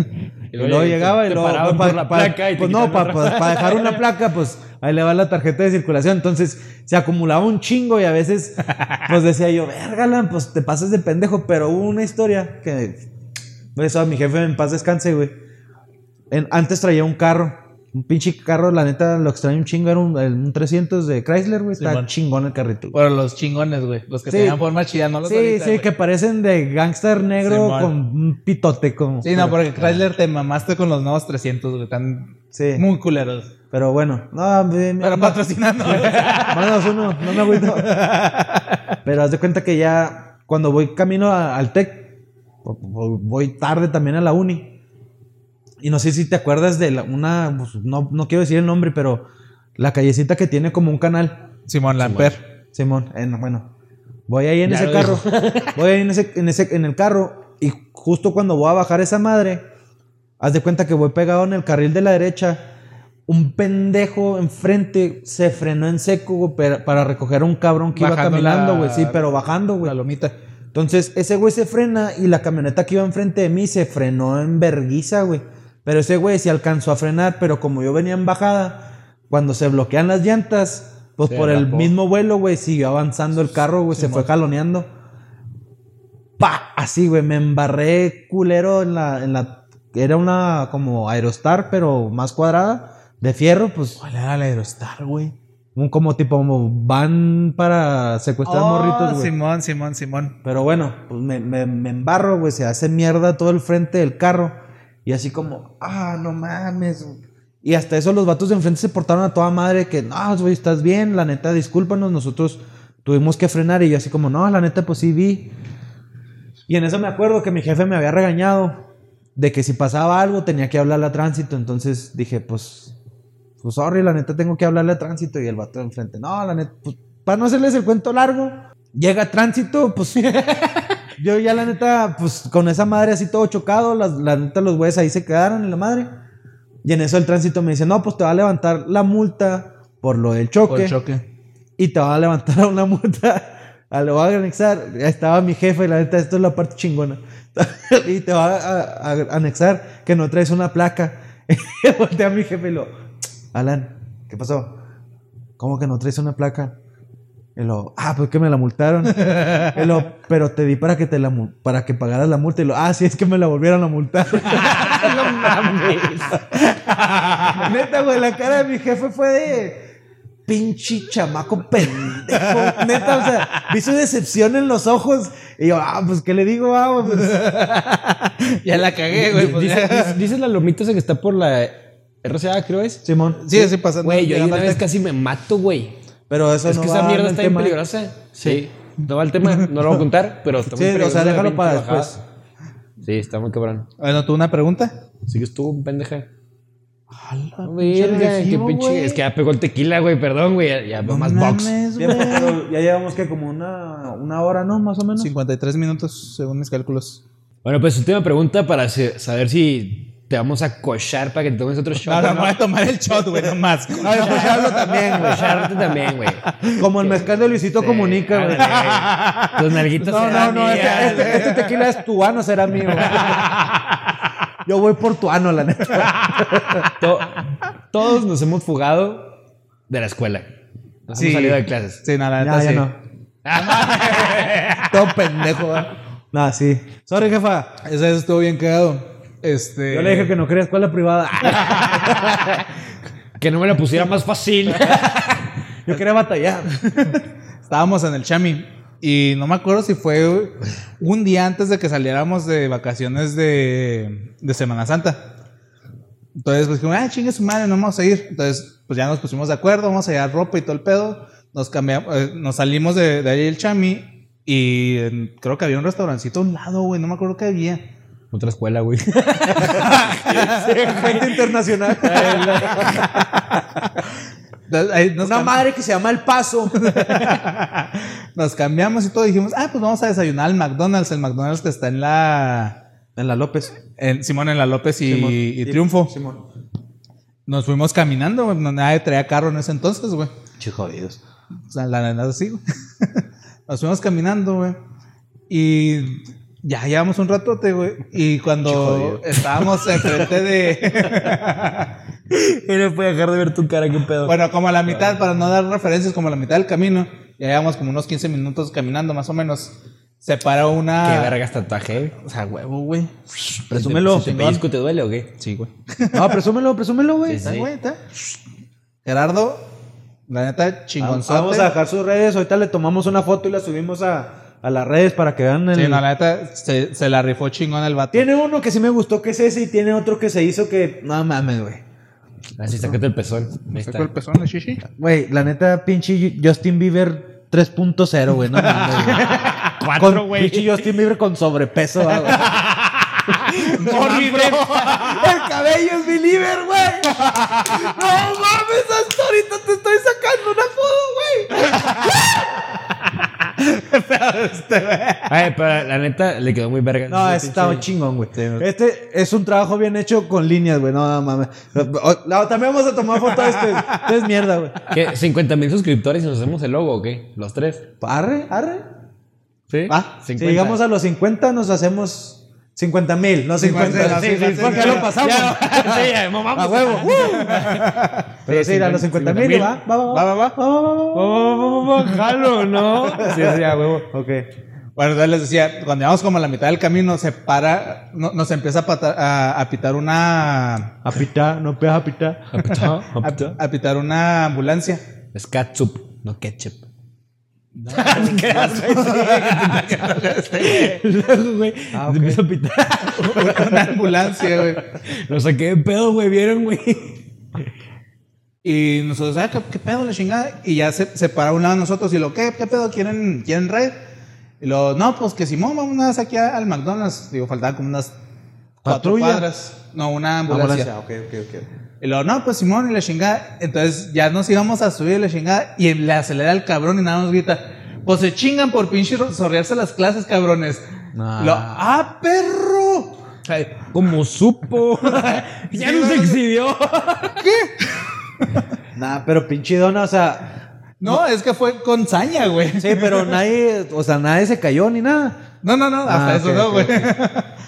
[SPEAKER 2] Y
[SPEAKER 1] luego
[SPEAKER 2] luego
[SPEAKER 1] te-
[SPEAKER 2] llegaba y
[SPEAKER 1] te
[SPEAKER 2] luego.
[SPEAKER 1] paraban
[SPEAKER 2] pa-
[SPEAKER 1] por la
[SPEAKER 2] pa-
[SPEAKER 1] placa y te
[SPEAKER 2] pues no,
[SPEAKER 1] quitaban
[SPEAKER 2] para
[SPEAKER 1] otra.
[SPEAKER 2] dejar una placa, pues ahí le va la tarjeta de circulación. Entonces se acumulaba un chingo y a veces, pues decía yo, vergalan, pues te pasas de pendejo. Pero hubo una historia pues, que. Eso a mi jefe en paz descanse, güey. En- antes traía un carro Un pinche carro, la neta, lo extraño un chingo. Era un, el- un 300 de Chrysler, güey. Está
[SPEAKER 3] Simón.
[SPEAKER 2] chingón el carrito. güey.
[SPEAKER 3] Pero los chingones, güey. Los que
[SPEAKER 2] Sí.
[SPEAKER 3] tenían forma chida, no los
[SPEAKER 2] Sí,
[SPEAKER 3] ahorita,
[SPEAKER 2] sí,
[SPEAKER 3] güey.
[SPEAKER 2] que parecen de gángster negro
[SPEAKER 3] Simón.
[SPEAKER 2] con un pitote como.
[SPEAKER 3] Sí, no, porque Chrysler te mamaste con los nuevos 300, güey. Están
[SPEAKER 2] Sí.
[SPEAKER 3] muy culeros.
[SPEAKER 2] Pero bueno, no, me- me-
[SPEAKER 3] Pero patrocinando.
[SPEAKER 2] Vámonos uno, no me agüito. Pero haz de cuenta que ya cuando voy camino a- al TEC, o- o voy tarde también a la uni. Y no sé si te acuerdas de la- una, pues, no, no quiero decir el nombre, pero la callecita que tiene como un canal,
[SPEAKER 3] Simón Lamper.
[SPEAKER 2] Simón. eh, no, bueno, voy ahí en
[SPEAKER 10] Ya
[SPEAKER 2] ese
[SPEAKER 10] lo
[SPEAKER 2] carro, voy ahí en ese, en ese, en el carro y justo cuando voy a bajar esa madre, haz de cuenta que voy pegado en el carril de la derecha. Un pendejo enfrente se frenó en seco, güey, para, para recoger a un cabrón que iba
[SPEAKER 3] Bajando
[SPEAKER 2] caminando,
[SPEAKER 3] la-
[SPEAKER 2] güey. Sí, pero bajando, güey.
[SPEAKER 3] La lomita.
[SPEAKER 2] Entonces, ese güey se frena y la camioneta que iba enfrente de mí se frenó en verguiza, güey. Pero ese güey sí alcanzó a frenar, pero como yo venía en bajada, cuando se bloquean las llantas, pues
[SPEAKER 3] Se
[SPEAKER 2] por el
[SPEAKER 3] rapó.
[SPEAKER 2] mismo vuelo, güey, siguió avanzando el carro, güey, se fue jaloneando. ¡Pa! Así, güey, me embarré culero en la, en la... Era una como Aerostar, pero más cuadrada, de fierro, pues
[SPEAKER 3] ¿Cuál era la Aerostar, güey?
[SPEAKER 2] un como tipo como van para secuestrar morritos, güey.
[SPEAKER 3] Oh, Simón, Simón, Simón.
[SPEAKER 2] Pero bueno, pues me, me- me embarro, güey. Se hace mierda todo el frente del carro. Y así como, ah, no mames. güey". Y hasta eso los vatos de enfrente se portaron a toda madre que, no, güey, estás bien. La neta, discúlpanos. Nosotros tuvimos que frenar. Y yo así como, no, la neta, pues sí vi. Y en eso me acuerdo que mi jefe me había regañado. De que si pasaba algo tenía que hablarle a tránsito. Entonces dije, pues pues sorry, la neta tengo que hablarle a tránsito y el vato de enfrente, no, la neta, pues para no hacerles el cuento largo, llega tránsito, pues yo ya la neta, pues con esa madre así todo chocado, las, la neta los güeyes ahí se quedaron en la madre. Y en eso el tránsito me dice, no, pues te va a levantar la multa por lo del choque
[SPEAKER 3] Por el choque.
[SPEAKER 2] y te van a levantar una multa. A lo va a anexar. Estaba mi jefe, la neta, esto es la parte chingona. y te va a, a- a anexar que no traes una placa. Y Voltea a mi jefe y lo, Alan, ¿qué pasó? ¿Cómo que no traes una placa? Y lo, ah, pues que me la multaron. Y lo, pero te di para que te la mul- para que pagaras la multa. Y lo, ah, sí, es que me la volvieron a multar. no mames. Neta, güey, la cara de mi jefe fue de pinche chamaco pendejo. Neta, o sea, vi su decepción en los ojos. Y yo, ah, pues, ¿qué le digo? Ah, güey, pues,
[SPEAKER 3] Ya la cagué, güey. pues,
[SPEAKER 10] Dice-
[SPEAKER 3] ya.
[SPEAKER 10] dice- Dices la lomita esa que está por la RCA, creo es.
[SPEAKER 2] Simón.
[SPEAKER 3] Sí, sí, pasando.
[SPEAKER 10] Güey, yo ahí
[SPEAKER 3] llegando
[SPEAKER 10] una
[SPEAKER 3] al
[SPEAKER 10] vez
[SPEAKER 3] Tec.
[SPEAKER 10] casi me mato, güey.
[SPEAKER 2] Pero eso
[SPEAKER 10] Es
[SPEAKER 2] no
[SPEAKER 10] que
[SPEAKER 2] va
[SPEAKER 10] esa mierda
[SPEAKER 2] al
[SPEAKER 10] está bien
[SPEAKER 2] tema.
[SPEAKER 10] peligrosa. Sí. No va al tema, no lo voy a contar, pero está muy
[SPEAKER 2] Sí, o
[SPEAKER 10] peligrosa
[SPEAKER 2] sea,
[SPEAKER 10] la
[SPEAKER 2] déjalo
[SPEAKER 10] pinche
[SPEAKER 2] para
[SPEAKER 10] bajada.
[SPEAKER 2] después.
[SPEAKER 10] Sí, está muy cabrón.
[SPEAKER 3] Bueno, ¿tú una pregunta?
[SPEAKER 10] Sigues tú, pendeja.
[SPEAKER 2] pinche
[SPEAKER 10] Verga, qué
[SPEAKER 2] recibo,
[SPEAKER 10] pinche-
[SPEAKER 2] güey.
[SPEAKER 10] Es que ya pegó el tequila, güey, perdón, güey. Ya, ya veo más box.
[SPEAKER 3] mames,
[SPEAKER 2] Ya,
[SPEAKER 3] güey.
[SPEAKER 2] pero ya llevamos que como una, una hora, ¿no? Más o menos.
[SPEAKER 3] 53 minutos, según mis cálculos.
[SPEAKER 10] Bueno, pues última pregunta para se- saber si te vamos a cochar para que te tomes otro shot.
[SPEAKER 2] Ah,
[SPEAKER 3] Ahora
[SPEAKER 10] ¿no?
[SPEAKER 3] voy a tomar el shot, güey, nomás.
[SPEAKER 2] pues,
[SPEAKER 10] Cocharlo también, güey. Cocharte también, güey.
[SPEAKER 2] Como el mezcal de Luisito Comunica, güey.
[SPEAKER 10] Ándale, güey. Tus nalguitas
[SPEAKER 2] No, no,
[SPEAKER 10] serán
[SPEAKER 2] no, este,
[SPEAKER 10] mías,
[SPEAKER 2] este- este tequila es tuano, será mío. Yo voy por tuano, la neta.
[SPEAKER 10] To- todos nos hemos fugado de la escuela. Nos hemos salido de clases.
[SPEAKER 3] Sí, nada, la neta,
[SPEAKER 2] Ya, ya
[SPEAKER 3] sí.
[SPEAKER 2] no. Todo pendejo, güey. Nada, sí. Sorry, jefa.
[SPEAKER 3] Esa vez estuvo bien cagado. Este.
[SPEAKER 2] Yo le dije que no quería escuela privada.
[SPEAKER 10] Que no me la pusiera más fácil.
[SPEAKER 2] Yo quería batallar.
[SPEAKER 3] Estábamos en el Chami. Y no me acuerdo si fue un día antes de que saliéramos de vacaciones de, de Semana Santa. Entonces, pues dijimos, ah, chingue su madre, no vamos a ir. Entonces, pues ya nos pusimos de acuerdo, vamos a llevar ropa y todo el pedo. Nos cambiamos, eh, nos salimos de, de ahí el Chami. Y eh, creo que había un restaurancito a un lado, güey, no me acuerdo qué había.
[SPEAKER 10] Otra escuela, güey.
[SPEAKER 2] Gente internacional.
[SPEAKER 3] Entonces, ahí nos
[SPEAKER 2] Una
[SPEAKER 3] cam-
[SPEAKER 2] madre que se llama El Paso.
[SPEAKER 3] Nos cambiamos y todo. Dijimos, ah, pues vamos a desayunar al McDonald's. El McDonald's que está en la.
[SPEAKER 2] En la López.
[SPEAKER 3] en- Simón en la López y,
[SPEAKER 2] Simón.
[SPEAKER 3] y Triunfo. Nos fuimos caminando, güey. no- Nadie traía carro en ese entonces, güey.
[SPEAKER 2] Che jodidos.
[SPEAKER 3] O sea, la neta sí, güey. Nos fuimos caminando, güey. Y ya llevamos un ratote, güey. Y cuando estábamos enfrente de.
[SPEAKER 10] no puede dejar de ver tu cara, qué pedo.
[SPEAKER 3] bueno, como a la mitad, para no dar referencias, como a la mitad del camino. Ya llevamos como unos 15 minutos caminando, más o menos. se para una.
[SPEAKER 2] Ah.
[SPEAKER 1] Qué vergas tatuaje.
[SPEAKER 3] O sea, huevo, güey.
[SPEAKER 2] Presúmelo,
[SPEAKER 1] ¿Si te
[SPEAKER 2] chingón.
[SPEAKER 1] pellizco te duele o qué?
[SPEAKER 3] Sí, güey.
[SPEAKER 2] No, presúmelo, presúmelo, güey.
[SPEAKER 3] Está, güey, está. Gerardo, la neta,
[SPEAKER 2] Vamos
[SPEAKER 3] chingonzote.
[SPEAKER 2] Ah, vamos a dejar sus redes. Ahorita le tomamos una foto y la subimos a, a las redes para que vean. El...
[SPEAKER 3] Sí, no, la neta, se, se la rifó chingón el vato.
[SPEAKER 2] Tiene uno que sí me gustó que es ese y tiene otro que se hizo que. No mames, güey.
[SPEAKER 1] Así sacate Ah, el pezón. Ahí
[SPEAKER 3] Este,
[SPEAKER 1] está.
[SPEAKER 3] pezón de shishi?
[SPEAKER 2] Güey, la neta, pinche Justin Bieber 3.0, güey. No mames, güey.
[SPEAKER 11] Cuatro,
[SPEAKER 2] Con-
[SPEAKER 11] güey.
[SPEAKER 2] Pinche Justin Bieber con sobrepeso, ah, güey. El cabello es believer, güey. No mames, hasta ahorita te estoy sacando una foto, güey.
[SPEAKER 1] Ay, pero la neta le quedó muy verga.
[SPEAKER 2] No,
[SPEAKER 1] Ese
[SPEAKER 2] está
[SPEAKER 1] pinche-
[SPEAKER 2] chingón, güey. Este es un trabajo bien hecho con líneas, güey. No, no mames. O- la- también vamos a tomar foto de este. Este es mierda, güey.
[SPEAKER 1] ¿Qué? 50 mil suscriptores y nos hacemos el logo o qué? Los tres.
[SPEAKER 2] Arre, arre.
[SPEAKER 1] ¿Sí?
[SPEAKER 2] Va. Si Ah, llegamos a los 50, nos hacemos 50 mil, no 50.
[SPEAKER 3] 50, sí, sí,
[SPEAKER 2] porque
[SPEAKER 3] sí,
[SPEAKER 2] ya
[SPEAKER 3] ya.
[SPEAKER 2] lo pasamos. a huevo. ¡uh! Pero sí, a los 50 mil, va, va, va, va, va, va, va, va, va.
[SPEAKER 11] Jalo, ¿no?
[SPEAKER 2] Oh, Sí, sí, a huevo. Ok.
[SPEAKER 3] Bueno, entonces les decía, cuando llegamos como a la mitad del camino, se para, no- nos empieza a, pata- a- a pitar una.
[SPEAKER 2] A pitar, no pegas a pitar.
[SPEAKER 3] A, a pitar una ambulancia.
[SPEAKER 1] Es catsup, no ketchup.
[SPEAKER 2] Ah, ok.
[SPEAKER 3] Una ambulancia, güey.
[SPEAKER 1] Lo saqué de pedo, güey. ¿Vieron, güey?
[SPEAKER 3] Y nosotros, ah, ¿qué, qué pedo la chingada? Y ya se, se para a un lado de nosotros y lo, ¿qué, qué pedo? ¿Quieren, ¿Quieren red? Y lo, no, pues que Simón, vamos nada más aquí a- al McDonald's. Digo, faltaban como unas cuatro
[SPEAKER 2] ¿Patrulla?
[SPEAKER 3] cuadras. No, una ambulancia.
[SPEAKER 2] Ambulancia, ok, ok, ok.
[SPEAKER 3] Y lo, no, pues Simón y la chingada. Entonces ya nos íbamos a subir y la chingada. Y le acelera el cabrón y nada nos grita, pues se chingan por pinche ro- sorrearse las clases, cabrones.
[SPEAKER 2] Ah.
[SPEAKER 3] Lo, ah, perro. O sea,
[SPEAKER 1] Como supo. ya nos exhibió.
[SPEAKER 2] Nah, pero pinche dona, o sea.
[SPEAKER 3] No, es que fue con saña, güey.
[SPEAKER 2] Sí, pero nadie, o sea, nadie se cayó ni nada.
[SPEAKER 3] No, no, no, hasta
[SPEAKER 2] Ah,
[SPEAKER 3] eso
[SPEAKER 2] ok,
[SPEAKER 3] no,
[SPEAKER 2] ok,
[SPEAKER 3] güey.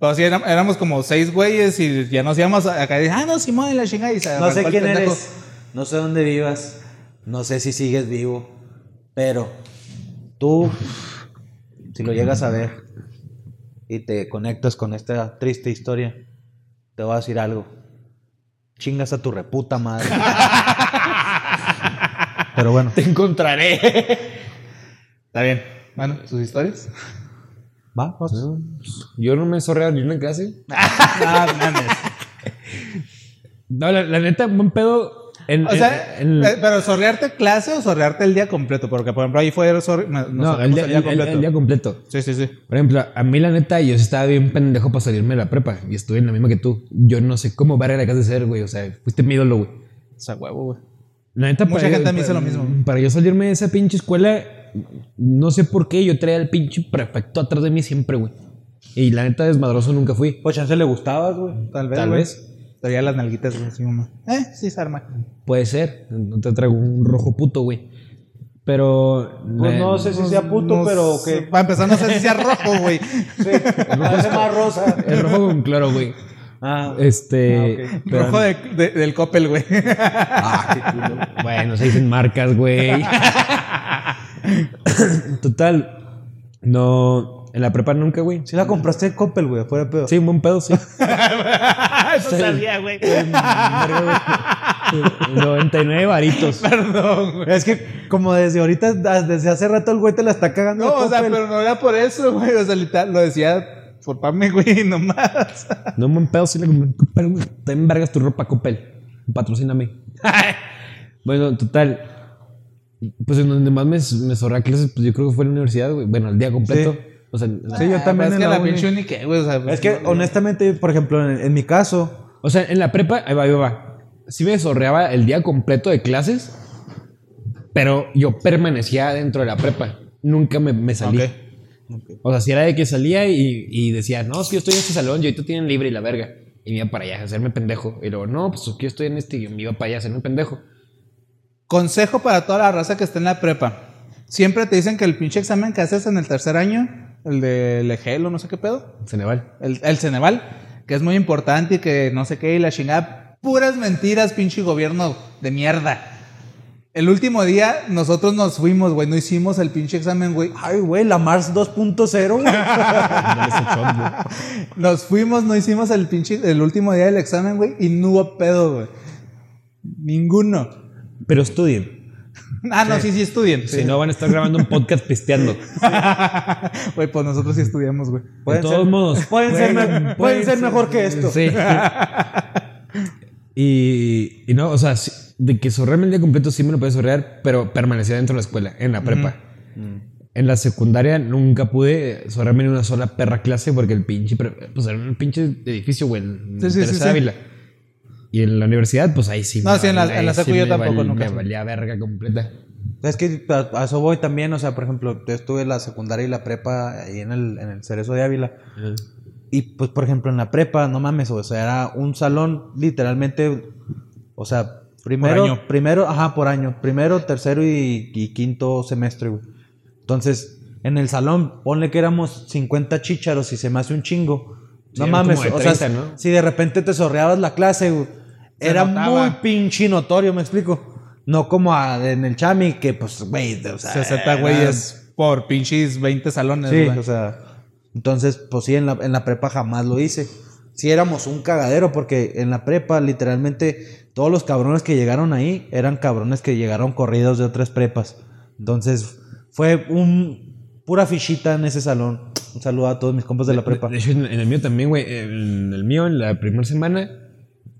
[SPEAKER 3] Pero sí, éram- éramos como seis güeyes y ya nos íbamos a- acá. Y, ah, no, Simón y la chingada. Y se
[SPEAKER 2] No sé
[SPEAKER 3] arrancó el
[SPEAKER 2] quién
[SPEAKER 3] pendejo.
[SPEAKER 2] eres, no sé dónde vivas, no sé si sigues vivo, pero tú, si lo llegas a ver y te conectas con esta triste historia, te voy a decir algo. Chingas a tu reputa madre. pero bueno,
[SPEAKER 3] Está bien. Pues, Bueno, sus historias.
[SPEAKER 2] vamos.
[SPEAKER 1] Yo no me he sorreado ni una clase.
[SPEAKER 3] Ah, mames.
[SPEAKER 1] No, la, la neta, buen pedo. En,
[SPEAKER 3] O
[SPEAKER 1] en-
[SPEAKER 3] sea,
[SPEAKER 1] en-
[SPEAKER 3] eh, pero sorrearte clase o sorrearte el día completo. Porque, por ejemplo, ahí fue. el sorre- nos
[SPEAKER 1] no,
[SPEAKER 3] sorreamos
[SPEAKER 1] el día, el- el- el día completo.
[SPEAKER 3] Sí, sí, sí.
[SPEAKER 1] Por ejemplo, a mí la neta, yo sí estaba bien pendejo para salirme de la prepa y estuve en la misma que tú. Yo no sé cómo verga la casa de ser, güey. O sea, fuiste mi ídolo, güey.
[SPEAKER 3] O sea, huevo, güey.
[SPEAKER 1] La neta,
[SPEAKER 3] Mucha gente me dice lo mismo.
[SPEAKER 1] Para yo salirme de esa pinche escuela, no sé por qué yo traía al pinche prefecto atrás de mí siempre, güey. Y la neta, desmadroso nunca fui.
[SPEAKER 2] Pues chance le gustabas, güey.
[SPEAKER 3] Tal vez.
[SPEAKER 1] Tal
[SPEAKER 3] güey.
[SPEAKER 1] vez.
[SPEAKER 3] Traía las nalguitas güey, así, mamá. Eh, sí, se arma.
[SPEAKER 1] Puede ser. No te traigo un rojo puto, güey. Pero.
[SPEAKER 2] Pues no
[SPEAKER 1] eh,
[SPEAKER 2] sé si sea puto,
[SPEAKER 3] No
[SPEAKER 2] pero
[SPEAKER 3] sé,
[SPEAKER 2] que
[SPEAKER 3] Pues, Para empezar, no sé si sea rojo, güey.
[SPEAKER 2] sí, parece más rosa.
[SPEAKER 1] El rojo con claro, güey.
[SPEAKER 2] Ah,
[SPEAKER 1] Este.
[SPEAKER 2] Ah,
[SPEAKER 1] pero-
[SPEAKER 3] Rojo de- de- del Coppel, güey.
[SPEAKER 1] Bueno, se dicen marcas, güey. Total. No. En la prepa nunca, güey.
[SPEAKER 2] sí la compraste en Coppel, güey, afuera de pedo.
[SPEAKER 1] Sí, un buen pedo, sí.
[SPEAKER 11] Eso sabía, güey.
[SPEAKER 1] 99 varitos.
[SPEAKER 2] Es que como desde ahorita, da- desde hace rato el güey te la está cagando.
[SPEAKER 3] No,
[SPEAKER 2] el
[SPEAKER 3] o sea,
[SPEAKER 2] Coppel.
[SPEAKER 3] pero no era por eso, güey. O sea, literal, lo decía por pame, güey, nomás.
[SPEAKER 1] No, un buen pedo, sí le compré un Coppel, güey. Te envergas tu ropa, Coppel. Patrocíname. bueno, total. Pues en donde más me, me zorré a clases, pues yo creo que fue en la universidad, güey. Bueno, el día completo.
[SPEAKER 2] Sí.
[SPEAKER 1] O sea, en la-
[SPEAKER 2] Sí, yo también
[SPEAKER 3] Ah, pues Es
[SPEAKER 2] en
[SPEAKER 3] que
[SPEAKER 2] la
[SPEAKER 3] la
[SPEAKER 2] uni.
[SPEAKER 3] pinche uni, ¿qué, güey? O sea,
[SPEAKER 2] Es que honestamente, por ejemplo, en, en mi caso,
[SPEAKER 1] o sea, en la prepa, ahí va, ahí va. Sí me zorreaba el día completo de clases, pero yo permanecía dentro de la prepa. Nunca me, me salí. O sea, si era de que salía y, y decía, no, es que yo estoy en este salón y ahorita tienen libre y la verga. Y me iba para allá a hacerme pendejo. Y luego, no, pues es que yo estoy en este y me iba para allá a hacerme pendejo.
[SPEAKER 3] Consejo para toda la raza que está en la prepa. Siempre te dicen que el pinche examen que haces en el tercer año, el de Legel o no sé qué pedo,
[SPEAKER 1] Se me va.
[SPEAKER 3] el, el Ceneval, que es muy importante y que no sé qué, y la chingada. Puras mentiras, pinche gobierno de mierda. El último día nosotros nos fuimos, güey. No hicimos el pinche examen, güey.
[SPEAKER 2] Ay, güey, la Mars 2.0, güey.
[SPEAKER 3] Nos fuimos, no hicimos el pinche, el último día del examen, güey, y no hubo pedo, güey. Ninguno.
[SPEAKER 1] Pero estudien.
[SPEAKER 3] Ah, no, sí, sí estudien.
[SPEAKER 1] Si
[SPEAKER 3] Sí.
[SPEAKER 1] no, van a estar grabando un podcast pisteando.
[SPEAKER 3] Güey, pues nosotros sí estudiamos, güey.
[SPEAKER 1] De todos modos.
[SPEAKER 2] Pueden, ser, me- pueden ser mejor que esto.
[SPEAKER 1] Sí. Y, y no, o sea, sí- de que zorrarme el día completo sí me lo puedes zorrear, pero permanecía dentro de la escuela, en la prepa.
[SPEAKER 3] Mm.
[SPEAKER 1] En la secundaria nunca pude zorrarme en una sola perra clase porque el pinche, pre- pues era un pinche edificio, güey, en
[SPEAKER 3] Sí, sí, sí,
[SPEAKER 1] Teresa
[SPEAKER 3] sí.
[SPEAKER 1] Ávila. Y en la universidad, pues ahí sí.
[SPEAKER 3] No, sí, en la-
[SPEAKER 1] valía-
[SPEAKER 3] en la
[SPEAKER 1] ahí sí
[SPEAKER 3] secu yo
[SPEAKER 1] me
[SPEAKER 3] tampoco
[SPEAKER 1] valía-
[SPEAKER 3] nunca
[SPEAKER 1] Me
[SPEAKER 3] fui.
[SPEAKER 1] valía verga completa.
[SPEAKER 2] Es que a, a eso voy también, o sea, por ejemplo, yo estuve en la secundaria y la prepa ahí en el, en el Cerezo de Ávila. Y pues, por ejemplo, en la prepa, no mames, o sea, era un salón literalmente, o sea, primero,
[SPEAKER 3] año.
[SPEAKER 2] primero, ajá, por año, primero, tercero y, y quinto semestre, güey. Entonces, en el salón, ponle que éramos 50 chícharos y se me hace un chingo. No
[SPEAKER 1] eran
[SPEAKER 2] mames,
[SPEAKER 1] como de
[SPEAKER 2] o sea,
[SPEAKER 1] 30, ¿no?
[SPEAKER 2] si de repente te sorreabas la clase, güey, era
[SPEAKER 3] notaba.
[SPEAKER 2] muy pinche notorio, me explico. No como a- en el Chami, que pues, güey, o sea,
[SPEAKER 3] 60
[SPEAKER 1] Eh,
[SPEAKER 2] era-
[SPEAKER 3] güeyes por pinches 20 salones,
[SPEAKER 2] Sí,
[SPEAKER 3] güey.
[SPEAKER 2] o sea, entonces, pues sí, en la, en la prepa jamás lo hice. Sí éramos un cagadero porque en la prepa literalmente todos los cabrones que llegaron ahí eran cabrones que llegaron corridos de otras prepas. Entonces fue un pura fichita en ese salón. Un saludo a todos mis compas de la prepa.
[SPEAKER 1] De hecho, en en el mío también, güey. En el mío, en la primera semana,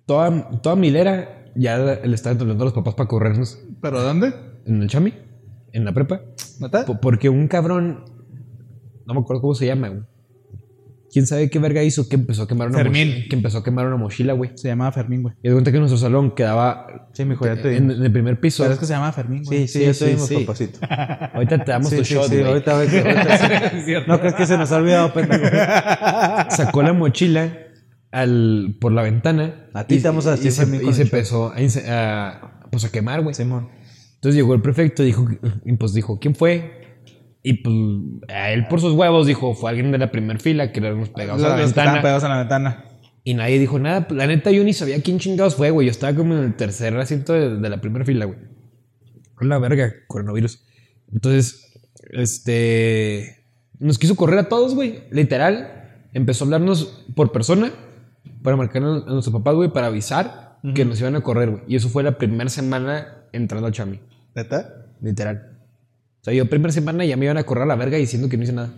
[SPEAKER 1] toda, toda mi hilera ya le estaban tomando a los papás para corrernos
[SPEAKER 3] ¿Pero dónde?
[SPEAKER 1] en el chami, en la prepa.
[SPEAKER 3] ¿Neta?
[SPEAKER 1] Po- Porque un cabrón, no me acuerdo cómo se llama, güey. ¿Quién sabe qué verga hizo que empezó a quemar una
[SPEAKER 3] Fermín.
[SPEAKER 1] mochila? Que empezó a quemar una mochila, güey.
[SPEAKER 3] Se llamaba Fermín, güey.
[SPEAKER 1] Y de cuenta que nuestro salón quedaba
[SPEAKER 2] Sí, mijo, ya te
[SPEAKER 1] en,
[SPEAKER 2] digo.
[SPEAKER 1] en el primer piso.
[SPEAKER 3] ¿Sabes que se llamaba Fermín, güey?
[SPEAKER 2] Sí, sí, ya
[SPEAKER 1] Sí,
[SPEAKER 2] te
[SPEAKER 1] sí,
[SPEAKER 2] dimos
[SPEAKER 1] sí.
[SPEAKER 2] compasito.
[SPEAKER 1] Ahorita te damos
[SPEAKER 2] Sí,
[SPEAKER 1] tu
[SPEAKER 2] sí,
[SPEAKER 1] shot,
[SPEAKER 2] sí,
[SPEAKER 1] güey.
[SPEAKER 2] ahorita, ahorita sí. No crees que se nos ha olvidado, pendejo.
[SPEAKER 1] sacó la mochila al, por la ventana.
[SPEAKER 2] A ti
[SPEAKER 1] Y-
[SPEAKER 2] te vamos a decir
[SPEAKER 1] y se,
[SPEAKER 2] Fermín
[SPEAKER 1] y
[SPEAKER 2] con
[SPEAKER 1] se
[SPEAKER 2] el
[SPEAKER 1] empezó a, ince- a, pues, a quemar, güey. Entonces llegó el prefecto dijo, y pues dijo, ¿quién fue? Y pues a él por sus huevos dijo, fue alguien de la primera fila que le habíamos pegado
[SPEAKER 3] Los,
[SPEAKER 1] a la
[SPEAKER 3] los que estaban
[SPEAKER 1] ventana.
[SPEAKER 3] pegados a la ventana.
[SPEAKER 1] Y nadie dijo nada. La neta yo ni sabía quién chingados fue, güey. Yo estaba como en el tercer asiento de, de la primera fila, güey. La verga, coronavirus. Entonces, este... Nos quiso correr a todos, güey. Literal. Empezó a hablarnos por persona para marcar a a nuestros papás, güey, para avisar que nos iban a correr, güey. Y eso fue la primera semana entrando a Chami.
[SPEAKER 3] ¿Neta?
[SPEAKER 1] Literal. O sea, yo primera semana ya me iban a correr a la verga diciendo que no hice nada.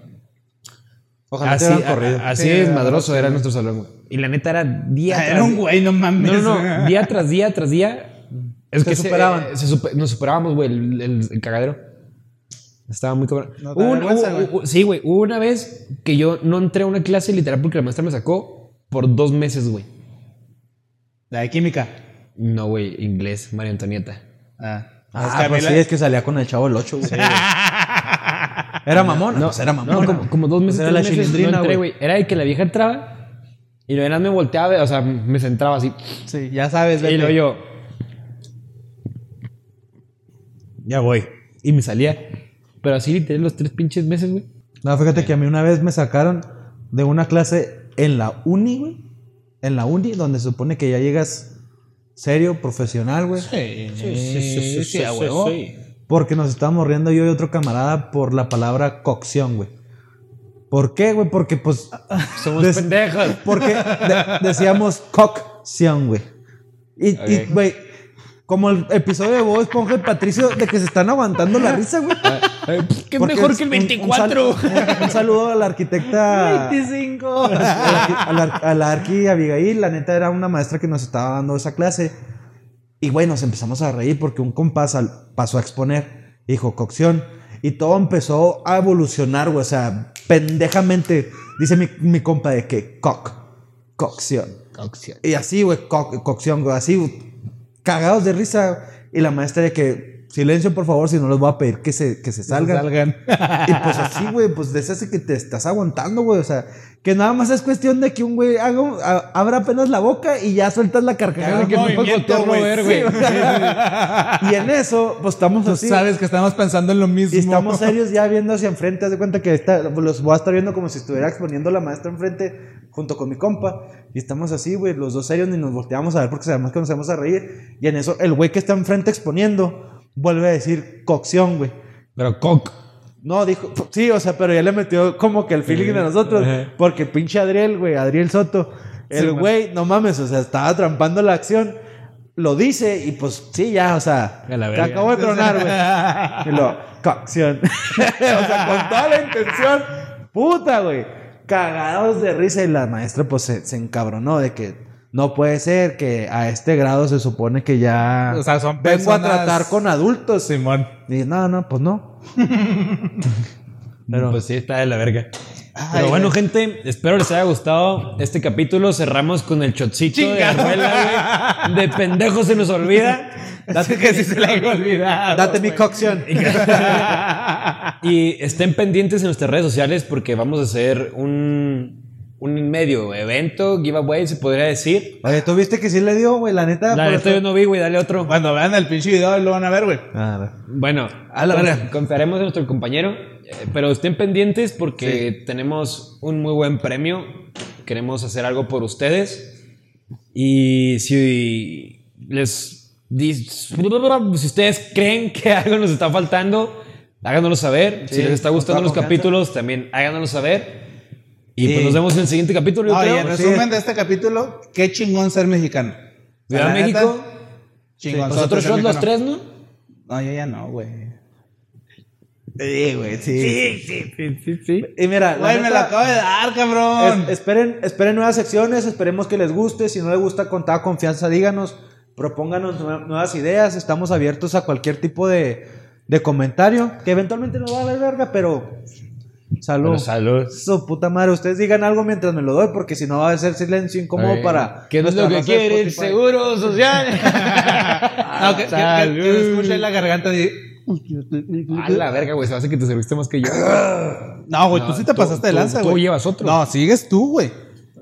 [SPEAKER 2] Ojalá
[SPEAKER 1] así
[SPEAKER 2] te hubieran corrido.
[SPEAKER 1] a- así es madroso era nuestro salón, güey. Y la neta era día
[SPEAKER 2] Ah,
[SPEAKER 1] tras
[SPEAKER 3] Era un güey, no mames.
[SPEAKER 1] No, no, no, día tras día tras día. Es
[SPEAKER 2] ¿eh? Se
[SPEAKER 1] que se-
[SPEAKER 2] superaban.
[SPEAKER 1] se supe- nos superábamos, güey, el, el- el cagadero. Estaba muy cabrón.
[SPEAKER 3] No te da
[SPEAKER 1] Hubo un-
[SPEAKER 3] vergüenza,
[SPEAKER 1] hubo- hubo- sí, güey. Hubo una vez que yo no entré a una clase literal porque la maestra me sacó por dos meses, güey.
[SPEAKER 3] La de química.
[SPEAKER 1] No, güey, inglés, María Antonieta.
[SPEAKER 3] Ah,
[SPEAKER 2] Ah, pues sí, es que salía con el chavo el 8, güey. Era mamón, no, pues era mamón.
[SPEAKER 1] No, como, como dos meses.
[SPEAKER 2] era la
[SPEAKER 1] tres meses,
[SPEAKER 2] chilindrina,
[SPEAKER 1] no entré,
[SPEAKER 2] güey.
[SPEAKER 1] güey. Era de que la vieja entraba y lo me volteaba, o sea, me centraba así.
[SPEAKER 3] Sí, ya sabes,
[SPEAKER 1] Y
[SPEAKER 3] vete.
[SPEAKER 1] luego yo. Ya voy. Y me salía. Pero así literal los tres pinches meses, güey.
[SPEAKER 2] No, fíjate que a mí una vez me sacaron de una clase en la uni, güey. En la uni, donde se supone que ya llegas serio, profesional, güey. Eh,
[SPEAKER 3] Sí, sí, sí, sí, sí, a huevo.
[SPEAKER 2] Porque nos estábamos riendo yo y otro camarada por la palabra cocción, güey. ¿Por qué, güey? Porque, pues.
[SPEAKER 1] Somos
[SPEAKER 2] des-
[SPEAKER 1] pendejos.
[SPEAKER 2] Porque de- decíamos cocción, güey. Y, y, güey, como el episodio de Bob Esponja y Patricio, de que se están aguantando la risa, güey.
[SPEAKER 1] ¿Qué
[SPEAKER 2] Porque
[SPEAKER 1] mejor
[SPEAKER 2] es
[SPEAKER 1] que el
[SPEAKER 2] un- un sal-
[SPEAKER 1] 24?
[SPEAKER 2] Un, un saludo a la arquitecta. 25. A la, arqui- a la- a la arqui Abigail. La neta era una maestra que nos estaba dando esa clase. Y bueno, nos empezamos a reír porque un compás al- pasó a exponer. Dijo cocción. Y todo empezó a evolucionar, güey. O sea, pendejamente. Dice mi, mi compa de que coc. Cocción. Y así, güey, co- cocción, güey, así, güey, cagados de risa. Y la maestra de que, silencio, por favor, si no les voy a pedir que se, que se salgan. Y pues así, güey, pues de esas que te estás aguantando, güey. O sea, que nada más es cuestión de que un güey haga un- a- abra apenas la boca y ya sueltas la carcajada.
[SPEAKER 1] que no puedes voltearlo a ver, güey.
[SPEAKER 2] Y en eso, pues estamos
[SPEAKER 3] Tú
[SPEAKER 2] así.
[SPEAKER 3] sabes que estamos pensando en lo mismo.
[SPEAKER 2] Y estamos serios ya viendo hacia enfrente. Haz de cuenta que está, los voy a estar viendo como si estuviera exponiendo la maestra enfrente junto con mi compa. Y estamos así, güey, los dos serios ni nos volteamos a ver porque sabemos que nos vamos a reír. Y en eso, el güey que está enfrente exponiendo vuelve a decir cocción, güey.
[SPEAKER 1] Pero Cock.
[SPEAKER 2] No, dijo, sí, o sea, pero ya le metió como que el feeling de nosotros, porque pinche Adriel, güey, Adriel Soto, el güey, no mames, o sea, estaba trampando la acción, lo dice y pues sí, ya, o sea,
[SPEAKER 1] A la
[SPEAKER 2] te
[SPEAKER 1] verga.
[SPEAKER 2] acabo de tronar, güey. Y lo, cocción. o sea, con toda la intención, puta, güey, cagados de risa y la maestra pues se, se encabronó de que... No puede ser que a este grado se supone que ya
[SPEAKER 3] O sea, son
[SPEAKER 2] vengo a
[SPEAKER 3] personas-
[SPEAKER 2] tratar con adultos.
[SPEAKER 3] Simón.
[SPEAKER 2] Y no, no, pues no.
[SPEAKER 1] Pero pues sí, está de la verga. Pero bueno, gente, espero les haya gustado este capítulo. Cerramos con el chotcito de Arruela, güey. De pendejo se nos olvida.
[SPEAKER 3] Date que sí se la he olvidado.
[SPEAKER 2] Date mi cocción.
[SPEAKER 1] Y estén pendientes en nuestras redes sociales porque vamos a hacer un, un medio evento, giveaway, se podría decir.
[SPEAKER 2] Oye, ¿tú viste que sí le dio, güey? La neta.
[SPEAKER 1] La
[SPEAKER 2] Ah, por
[SPEAKER 1] neta
[SPEAKER 2] eso-
[SPEAKER 1] yo no vi, güey, dale otro.
[SPEAKER 3] Cuando vean el pinche video lo van a ver, güey.
[SPEAKER 2] Ah, a ver.
[SPEAKER 1] Bueno, con- confiaremos en nuestro compañero, eh, pero estén pendientes porque tenemos un muy buen premio. Queremos hacer algo por ustedes. Y si les dis- si ustedes creen que algo nos está faltando, háganoslo saber. si les está gustando
[SPEAKER 2] con
[SPEAKER 1] los
[SPEAKER 2] toda
[SPEAKER 1] capítulos, también háganoslo saber. Y
[SPEAKER 2] Sí.
[SPEAKER 1] pues nos vemos en el siguiente capítulo. yo
[SPEAKER 3] Ah, y
[SPEAKER 1] creo.
[SPEAKER 3] en
[SPEAKER 2] sí.
[SPEAKER 3] resumen de este capítulo, qué chingón ser mexicano.
[SPEAKER 1] Viva
[SPEAKER 3] La neta,
[SPEAKER 1] México.
[SPEAKER 3] Chingón.
[SPEAKER 1] Nosotros
[SPEAKER 3] ser
[SPEAKER 1] shot los
[SPEAKER 3] mexicano.
[SPEAKER 1] tres, ¿no?
[SPEAKER 3] No, yo ya no, güey. Sí, güey, sí.
[SPEAKER 2] Y mira, la
[SPEAKER 3] Güey, me
[SPEAKER 2] neta,
[SPEAKER 3] lo acabo de dar, cabrón.
[SPEAKER 2] es- esperen, esperen nuevas secciones, esperemos que les guste. Si no les gusta, con toda confianza, díganos, propónganos nue- nuevas ideas. Estamos abiertos a cualquier tipo de, de comentario, que eventualmente nos va a dar verga, pero. Salud.
[SPEAKER 1] salud.
[SPEAKER 2] Su puta madre, ustedes digan algo mientras me lo doy, porque si no va a ser silencio incómodo
[SPEAKER 1] Ay,
[SPEAKER 2] para.
[SPEAKER 1] ¿Qué es lo
[SPEAKER 2] nuestra
[SPEAKER 1] que
[SPEAKER 2] raza de
[SPEAKER 1] quiere el
[SPEAKER 2] Spotify.
[SPEAKER 1] seguro social?
[SPEAKER 3] No, que, que- que- que me escuché la garganta de...
[SPEAKER 1] A la verga, güey. Se hace que te serviste más que yo.
[SPEAKER 3] No, güey, tú
[SPEAKER 1] No,
[SPEAKER 3] sí te
[SPEAKER 1] tú-
[SPEAKER 3] pasaste de
[SPEAKER 1] tú-
[SPEAKER 3] lanza,
[SPEAKER 1] tú
[SPEAKER 3] güey.
[SPEAKER 1] llevas otro.
[SPEAKER 3] No, sigues tú, güey.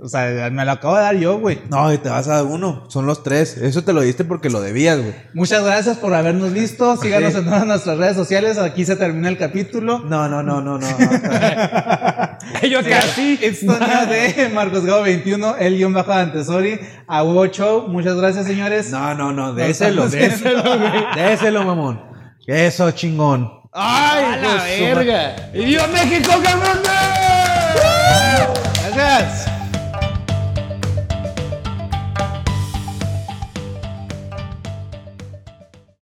[SPEAKER 3] O sea, me lo acabo de dar yo, güey.
[SPEAKER 2] No, y te vas a dar uno. Son los tres. Eso te lo diste porque lo debías, güey.
[SPEAKER 3] Muchas gracias por habernos visto. Síganos en todas nuestras redes sociales. Aquí se termina el capítulo.
[SPEAKER 2] No, no, no, no, no. no.
[SPEAKER 1] yo casi.
[SPEAKER 3] Historia de Marcos Gabo 21, el guión bajo de Antesori, a Hugo Show. Muchas gracias, señores.
[SPEAKER 2] No, no, no. Déselo,
[SPEAKER 3] estamos
[SPEAKER 2] déselo, güey. Déselo, mamón. Eso, chingón.
[SPEAKER 3] ¡Ay,
[SPEAKER 1] A la verga. ¡Y yo México, cabrón!
[SPEAKER 3] Gracias.